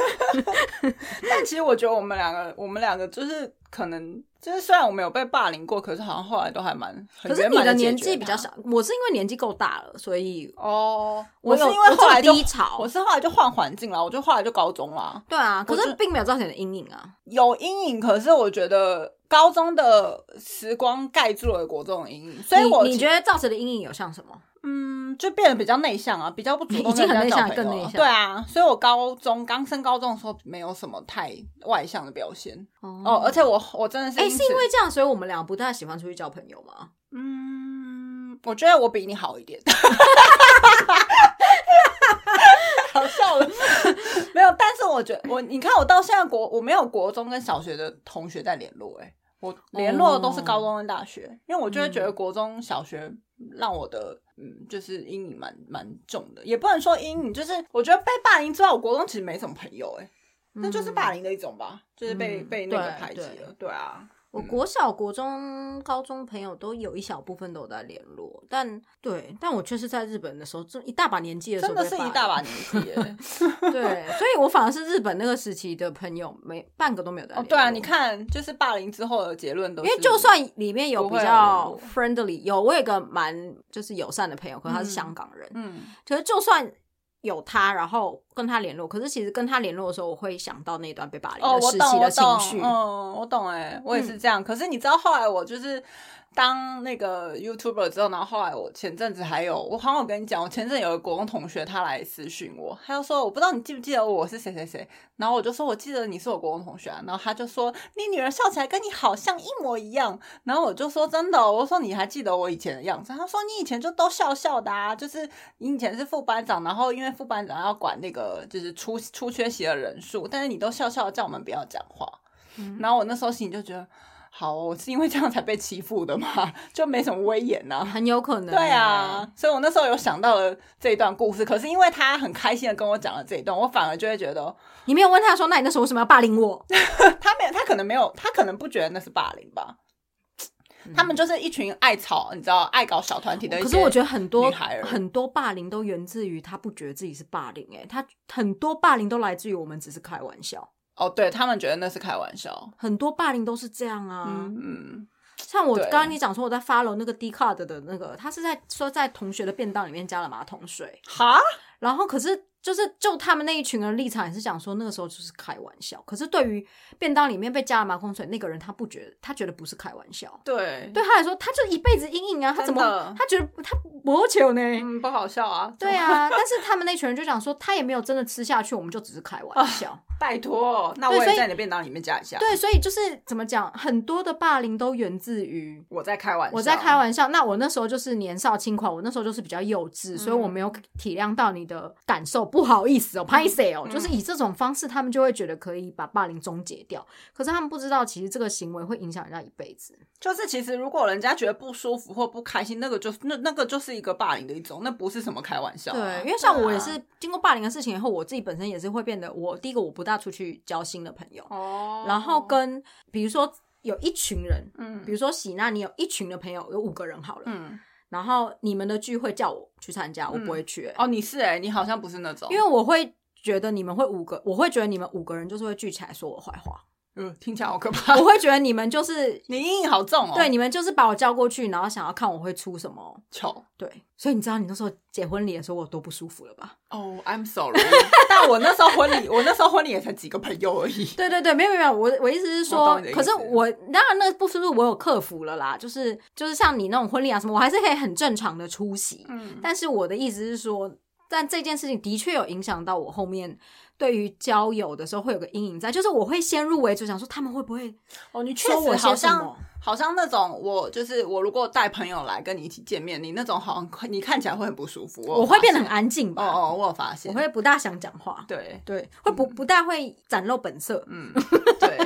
[SPEAKER 2] 但其实我觉得我们两个，我们两个就是可能，就是虽然我们有被霸凌过，可是好像后来都还蛮。很
[SPEAKER 3] 可是
[SPEAKER 2] 圆
[SPEAKER 3] 你
[SPEAKER 2] 满
[SPEAKER 3] 的
[SPEAKER 2] 地解
[SPEAKER 3] 年
[SPEAKER 2] 决
[SPEAKER 3] 纪比较
[SPEAKER 2] 它
[SPEAKER 3] 小，我是因为年纪够大了，所以
[SPEAKER 2] 哦。
[SPEAKER 3] 我
[SPEAKER 2] 我是
[SPEAKER 3] 有
[SPEAKER 2] 因为
[SPEAKER 3] 我
[SPEAKER 2] 后来
[SPEAKER 3] 走
[SPEAKER 2] 就
[SPEAKER 3] 低潮
[SPEAKER 2] 我是后来就换环境了，我就后来就高中啦，
[SPEAKER 3] 对啊，可
[SPEAKER 2] 我
[SPEAKER 3] 是
[SPEAKER 2] 就
[SPEAKER 3] 并没有造成你的阴影啊。
[SPEAKER 2] 有阴影。可是我觉得高中的时光盖住了国中的阴影，所以
[SPEAKER 3] 你
[SPEAKER 2] 我
[SPEAKER 3] 你觉得造成的阴影有像什么？
[SPEAKER 2] 嗯，就变得比较内向啊，比较不主动
[SPEAKER 3] 已经
[SPEAKER 2] 跟
[SPEAKER 3] 很
[SPEAKER 2] 人家交
[SPEAKER 3] 内向
[SPEAKER 2] 朋友
[SPEAKER 3] 更内
[SPEAKER 2] 了
[SPEAKER 3] 向
[SPEAKER 2] 对啊，所以我高中刚升高中的时候没有什么太外向的表现哦，而且我我真的是
[SPEAKER 3] 嗯哎、
[SPEAKER 2] 此
[SPEAKER 3] 是因为这样，所以我们俩不太喜欢出去交朋友吗？
[SPEAKER 2] 嗯，我觉得我比你好一点。 好笑 了，没有。但是我觉得我，你看我到现在国，我没有国中跟小学的同学在联络、欸，哎，我
[SPEAKER 3] 哦
[SPEAKER 2] 联络的都是高中跟大学，因为我就会觉
[SPEAKER 3] 嗯
[SPEAKER 2] 得国中小学让我的嗯就是阴影蛮蛮重的，也不能说阴影，就是我觉得被霸凌之后，我国中其实没什么朋友、欸，哎、那就是霸凌的一种吧，就是被、
[SPEAKER 3] 嗯
[SPEAKER 2] 被那个
[SPEAKER 3] 对
[SPEAKER 2] 排挤
[SPEAKER 3] 对
[SPEAKER 2] 了，对啊。
[SPEAKER 3] 我
[SPEAKER 2] 嗯
[SPEAKER 3] 国小、国中、高中朋友都有一小部分都有在联络，但对，但我却是在日本的时候，这一大把年纪的时候
[SPEAKER 2] 真的
[SPEAKER 3] 被
[SPEAKER 2] 是
[SPEAKER 3] 霸
[SPEAKER 2] 一大把
[SPEAKER 3] 凌
[SPEAKER 2] 年 纪耶
[SPEAKER 3] 对，所以我反而是日本那个时期的朋友，没半个都没有在
[SPEAKER 2] 哦
[SPEAKER 3] 联，络。
[SPEAKER 2] 对啊，你看，就是霸凌之后的结论都
[SPEAKER 3] 哎因
[SPEAKER 2] 是，
[SPEAKER 3] 为就算里面有
[SPEAKER 2] 不
[SPEAKER 3] 比
[SPEAKER 2] 会有
[SPEAKER 3] 较
[SPEAKER 2] 联络
[SPEAKER 3] friendly，有我有一个蛮就是友善的朋友，可是他是
[SPEAKER 2] 嗯
[SPEAKER 3] 香港人，
[SPEAKER 2] 嗯，
[SPEAKER 3] 可是就算有他，然后跟他联络，可是其实跟他联络的时候，我会想到那段被霸凌
[SPEAKER 2] 哦，
[SPEAKER 3] 的
[SPEAKER 2] 我
[SPEAKER 3] 时
[SPEAKER 2] 懂，
[SPEAKER 3] 期
[SPEAKER 2] 我
[SPEAKER 3] 的情
[SPEAKER 2] 懂，
[SPEAKER 3] 绪。
[SPEAKER 2] 嗯，我懂、哎，我也是这样。可是你知道后来我就是当那个 YouTuber 之后，然后后来我前阵子还有，我好像有跟你讲，我前阵有个国中同学他来私讯我，他就说我不知道你记不记得我是谁谁谁，然后我就说我记得你是我国中同学啊，然后他就说你女儿笑起来跟你好像一模一样，然后我就说真的哦、我说你还记得我以前的样子？他说你以前就都笑笑的啊，就是你以前是副班长，然后因为副班长要管那个就是出出缺席的人数，但是你都笑笑的叫我们不要讲话。
[SPEAKER 3] 嗯
[SPEAKER 2] 然后我那时候心里就觉得，好、哦，我是因为这样才被欺负的嘛， 就没什么威严呐、
[SPEAKER 3] 很有可能、欸
[SPEAKER 2] 对啊，，所以我那时候有想到了这一段故事，可是因为他很开心的跟我讲了这一段，我反而就会觉得
[SPEAKER 3] 你没有问他说，那你那时候为什么要霸凌我？
[SPEAKER 2] 他没有，他可能没有，他可能不觉得那是霸凌吧。 他们就是一群爱吵，你知道，爱搞小团体的一些。
[SPEAKER 3] 可是我觉得很多
[SPEAKER 2] 女孩儿
[SPEAKER 3] 很多霸凌都源自于他不觉得自己是霸凌、欸，他很多霸凌都来自于我们只是开玩笑，
[SPEAKER 2] 哦，对他们觉得那是开玩笑。
[SPEAKER 3] 很多霸凌都是这样啊。
[SPEAKER 2] 嗯嗯，
[SPEAKER 3] 像我
[SPEAKER 2] 对
[SPEAKER 3] 刚刚你讲说我在 follow 那个 D card 的那个，他是在说在同学的便当里面加了马桶水，
[SPEAKER 2] 哈，
[SPEAKER 3] 然后可是就是就他们那一群人的立场也是讲说那个时候就是开玩笑，可是对于便当里面被加了马桶水那个人，他不觉得，他觉得不是开玩笑，
[SPEAKER 2] 对，
[SPEAKER 3] 对他来说他就一辈子阴影啊，他怎
[SPEAKER 2] 真
[SPEAKER 3] 么
[SPEAKER 2] 的
[SPEAKER 3] 他觉得他没球呢？
[SPEAKER 2] 嗯，不好笑啊。
[SPEAKER 3] 对啊，但是他们那群人就讲说他也没有真的吃下去，我们就只是开
[SPEAKER 2] 哦
[SPEAKER 3] 玩笑。
[SPEAKER 2] 拜托，那
[SPEAKER 3] 对
[SPEAKER 2] 我
[SPEAKER 3] 所
[SPEAKER 2] 也
[SPEAKER 3] 以
[SPEAKER 2] 在你的便当里面加一下。
[SPEAKER 3] 对，所以就是怎么讲，很多的霸凌都源自于
[SPEAKER 2] 我在开玩笑，
[SPEAKER 3] 我在开玩笑，那我那时候就是年少轻狂，我那时候就是比较幼稚，所以我没有体谅到你的感受，不好意思哦，拍谁哦，就是以这种方式，他们就会觉得可以把霸凌终结掉。可是他们不知道，其实这个行为会影响人家一辈子。
[SPEAKER 2] 就是其实如果人家觉得不舒服或不开心，那个就是那那个就是一个霸凌的一种，那不是什么开玩笑啊、
[SPEAKER 3] 对，因为像我也
[SPEAKER 2] 对
[SPEAKER 3] 是经过霸凌的事情以后，我自己本身也是会变得我，第一个我不大出去交新的朋友，
[SPEAKER 2] 啊哦
[SPEAKER 3] 然后跟比如说有一群人，比
[SPEAKER 2] 嗯
[SPEAKER 3] 如说喜娜，你有一群的朋友有五个人好了，
[SPEAKER 2] 嗯
[SPEAKER 3] 然后你们的聚会叫我去参加，我不
[SPEAKER 2] 嗯
[SPEAKER 3] 会去、欸
[SPEAKER 2] 哦，你是哎、你好像不是那种，
[SPEAKER 3] 因为我会觉得你们会五个，我会觉得你们五个人就是会聚起来说我坏话，
[SPEAKER 2] 嗯听起来好可怕
[SPEAKER 3] 我，会觉得你们就是
[SPEAKER 2] 你阴影好重 哦，
[SPEAKER 3] 对，你们就是把我叫过去，然后想要看我会出什么。
[SPEAKER 2] 丑
[SPEAKER 3] 对，所以你知道你那时候结婚礼的时候我多不舒服了吧？
[SPEAKER 2] 哦、i m sorry，但我那时候婚礼，我那时候婚礼也才几个朋友而 已，
[SPEAKER 3] 对对对，没有没有没有，我我意思是
[SPEAKER 2] 我
[SPEAKER 3] 说
[SPEAKER 2] 懂你的，意
[SPEAKER 3] 可
[SPEAKER 2] 思
[SPEAKER 3] 是我当然那个不舒服我有克服了啦，就是就是像你那种婚礼啊什么，我还是可以很正常的出席。
[SPEAKER 2] 嗯，
[SPEAKER 3] 但是我的意思是说，但这件事情的确有影响到我后面对于交友的时候会有个阴影在，就是我会先入为主想说他们会不会
[SPEAKER 2] 哦，你确
[SPEAKER 3] 说我
[SPEAKER 2] 实好
[SPEAKER 3] 些什
[SPEAKER 2] 像
[SPEAKER 3] 么？
[SPEAKER 2] 好像那种我就是我如果带朋友来跟你一起见面，你那种好像你看起来会很不舒服，我
[SPEAKER 3] 我
[SPEAKER 2] 我
[SPEAKER 3] 会变得很安静
[SPEAKER 2] 哦
[SPEAKER 3] 吧，
[SPEAKER 2] 哦，我有发现，
[SPEAKER 3] 我会不大想讲话，
[SPEAKER 2] 对。
[SPEAKER 3] 对，会不不大会展露本色。
[SPEAKER 2] 嗯， 对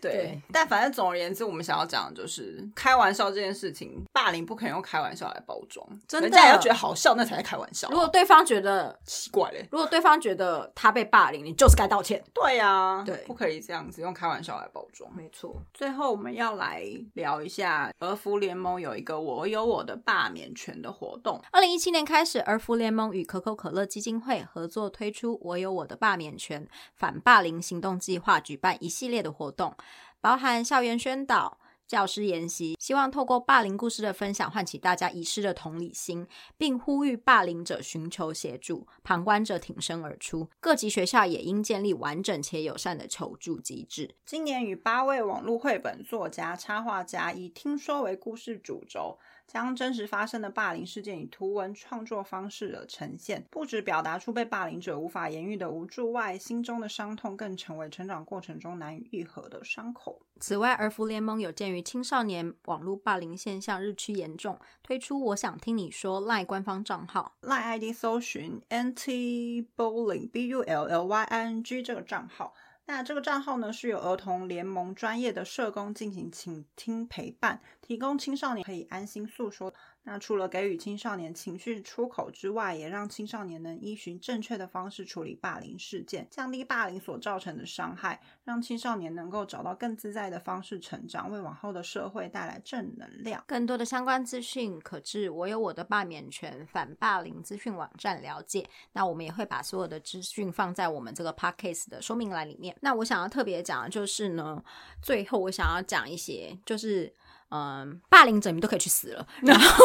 [SPEAKER 3] 对
[SPEAKER 2] 对，但反正总而言之，我们想要讲的就是开玩笑这件事情，霸凌不可以用开玩笑来包装，
[SPEAKER 3] 真的
[SPEAKER 2] 人家也要觉得好笑，那才是开玩笑啊。
[SPEAKER 3] 如果对方觉得，
[SPEAKER 2] 奇怪嘞，
[SPEAKER 3] 如果对方觉得他被霸凌，你就是该道歉。
[SPEAKER 2] 对呀、
[SPEAKER 3] 对
[SPEAKER 2] 不可以这样子用开玩笑来包装。
[SPEAKER 3] 没错，
[SPEAKER 2] 最后，我们要来聊一下儿福联盟有一个“我有我的罢免权”的活动，
[SPEAKER 3] 二零一七年开始，儿福联盟与可口可乐基金会合作推出“我有我的罢免权”反霸凌行动计划，举办一系列的活动，包含校园宣导、教师研习，希望透过霸凌故事的分享，唤起大家遗失的同理心，并呼吁霸凌者寻求协助，旁观者挺身而出。各级学校也应建立完整且友善的求助机制。
[SPEAKER 2] 今年与八位网络绘本作家、插画家以“听说”为故事主轴，将真实发生的霸凌事件以图文创作方式的呈现，不止表达出被霸凌者无法言喻的无助外，心中的伤痛更成为成长过程中难以愈合的伤口。
[SPEAKER 3] 此外，儿福联盟有鉴于青少年网络霸凌现象日趋严重，推出“我想听你说”赖官方账号。
[SPEAKER 2] 赖 ID 搜寻 anti bullying b u l l y i n g 这个账号。那这个账号呢是由儿童联盟专业的社工进行倾听陪伴，提供青少年可以安心诉说。那除了给予青少年情绪出口之外，也让青少年能依循正确的方式处理霸凌事件，降低霸凌所造成的伤害，让青少年能够找到更自在的方式成长，为往后的社会带来正能量。
[SPEAKER 3] 更多的相关资讯可至我有我的罢免权反霸凌资讯网站了解。那我们也会把所有的资讯放在我们这个 podcast 的说明栏里面。那我想要特别讲的就是呢，最后我想要讲一些就是。嗯，霸凌者你们都可以去死了。 然后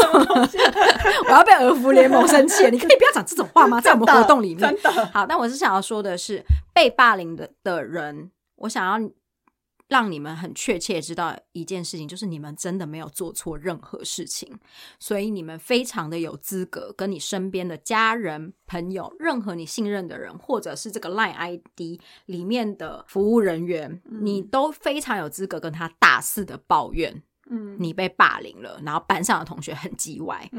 [SPEAKER 3] 我要被儿福联盟生气了，你可以不要讲这种话 吗？在我们活动里面，
[SPEAKER 2] 真 的
[SPEAKER 3] 好，但我是想要说的是，被霸凌的的人，我想要让你们很确切知道一件事情，就是你们真的没有做错任何事情，所以你们非常的有资格跟你身边的家人、朋友、任何你信任的人，或者是这个 Line ID 里面的服务人员，
[SPEAKER 2] 嗯
[SPEAKER 3] 你都非常有资格跟他大肆的抱怨。
[SPEAKER 2] 嗯
[SPEAKER 3] 你被霸凌了，然后班上的同学很叽歪。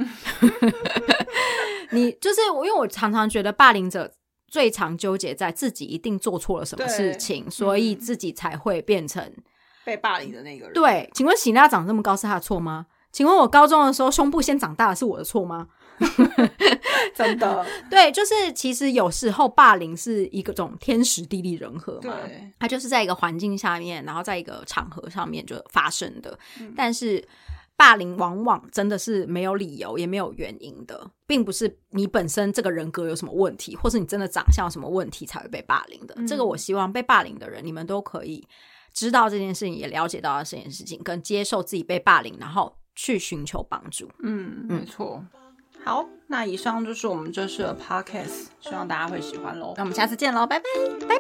[SPEAKER 3] 你就是我，因为我常常觉得霸凌者最常纠结在自己一定做错了什么事情，所以自己才会变成、
[SPEAKER 2] 被霸凌的那个人，
[SPEAKER 3] 对。请问喜娜长这么高是她的错吗？请问我高中的时候胸部先长大是我的错吗？
[SPEAKER 2] 真的，
[SPEAKER 3] 对，就是其实有时候霸凌是一个种天时地利人和嘛
[SPEAKER 2] 对，
[SPEAKER 3] 它就是在一个环境下面，然后在一个场合上面就发生的。但是霸凌往往真的是没有理由也没有原因的，并不是你本身这个人格有什么问题，或是你真的长相有什么问题才会被霸凌的。这个我希望被霸凌的人，你们都可以知道这件事情，也了解到这件事情，跟接受自己被霸凌，然后去寻求帮助。
[SPEAKER 2] 嗯，没错。好，那以上就是我们这次的 podcast，希望大家会喜欢喽。那我们下次见喽，拜拜。
[SPEAKER 1] 拜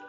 [SPEAKER 1] 拜。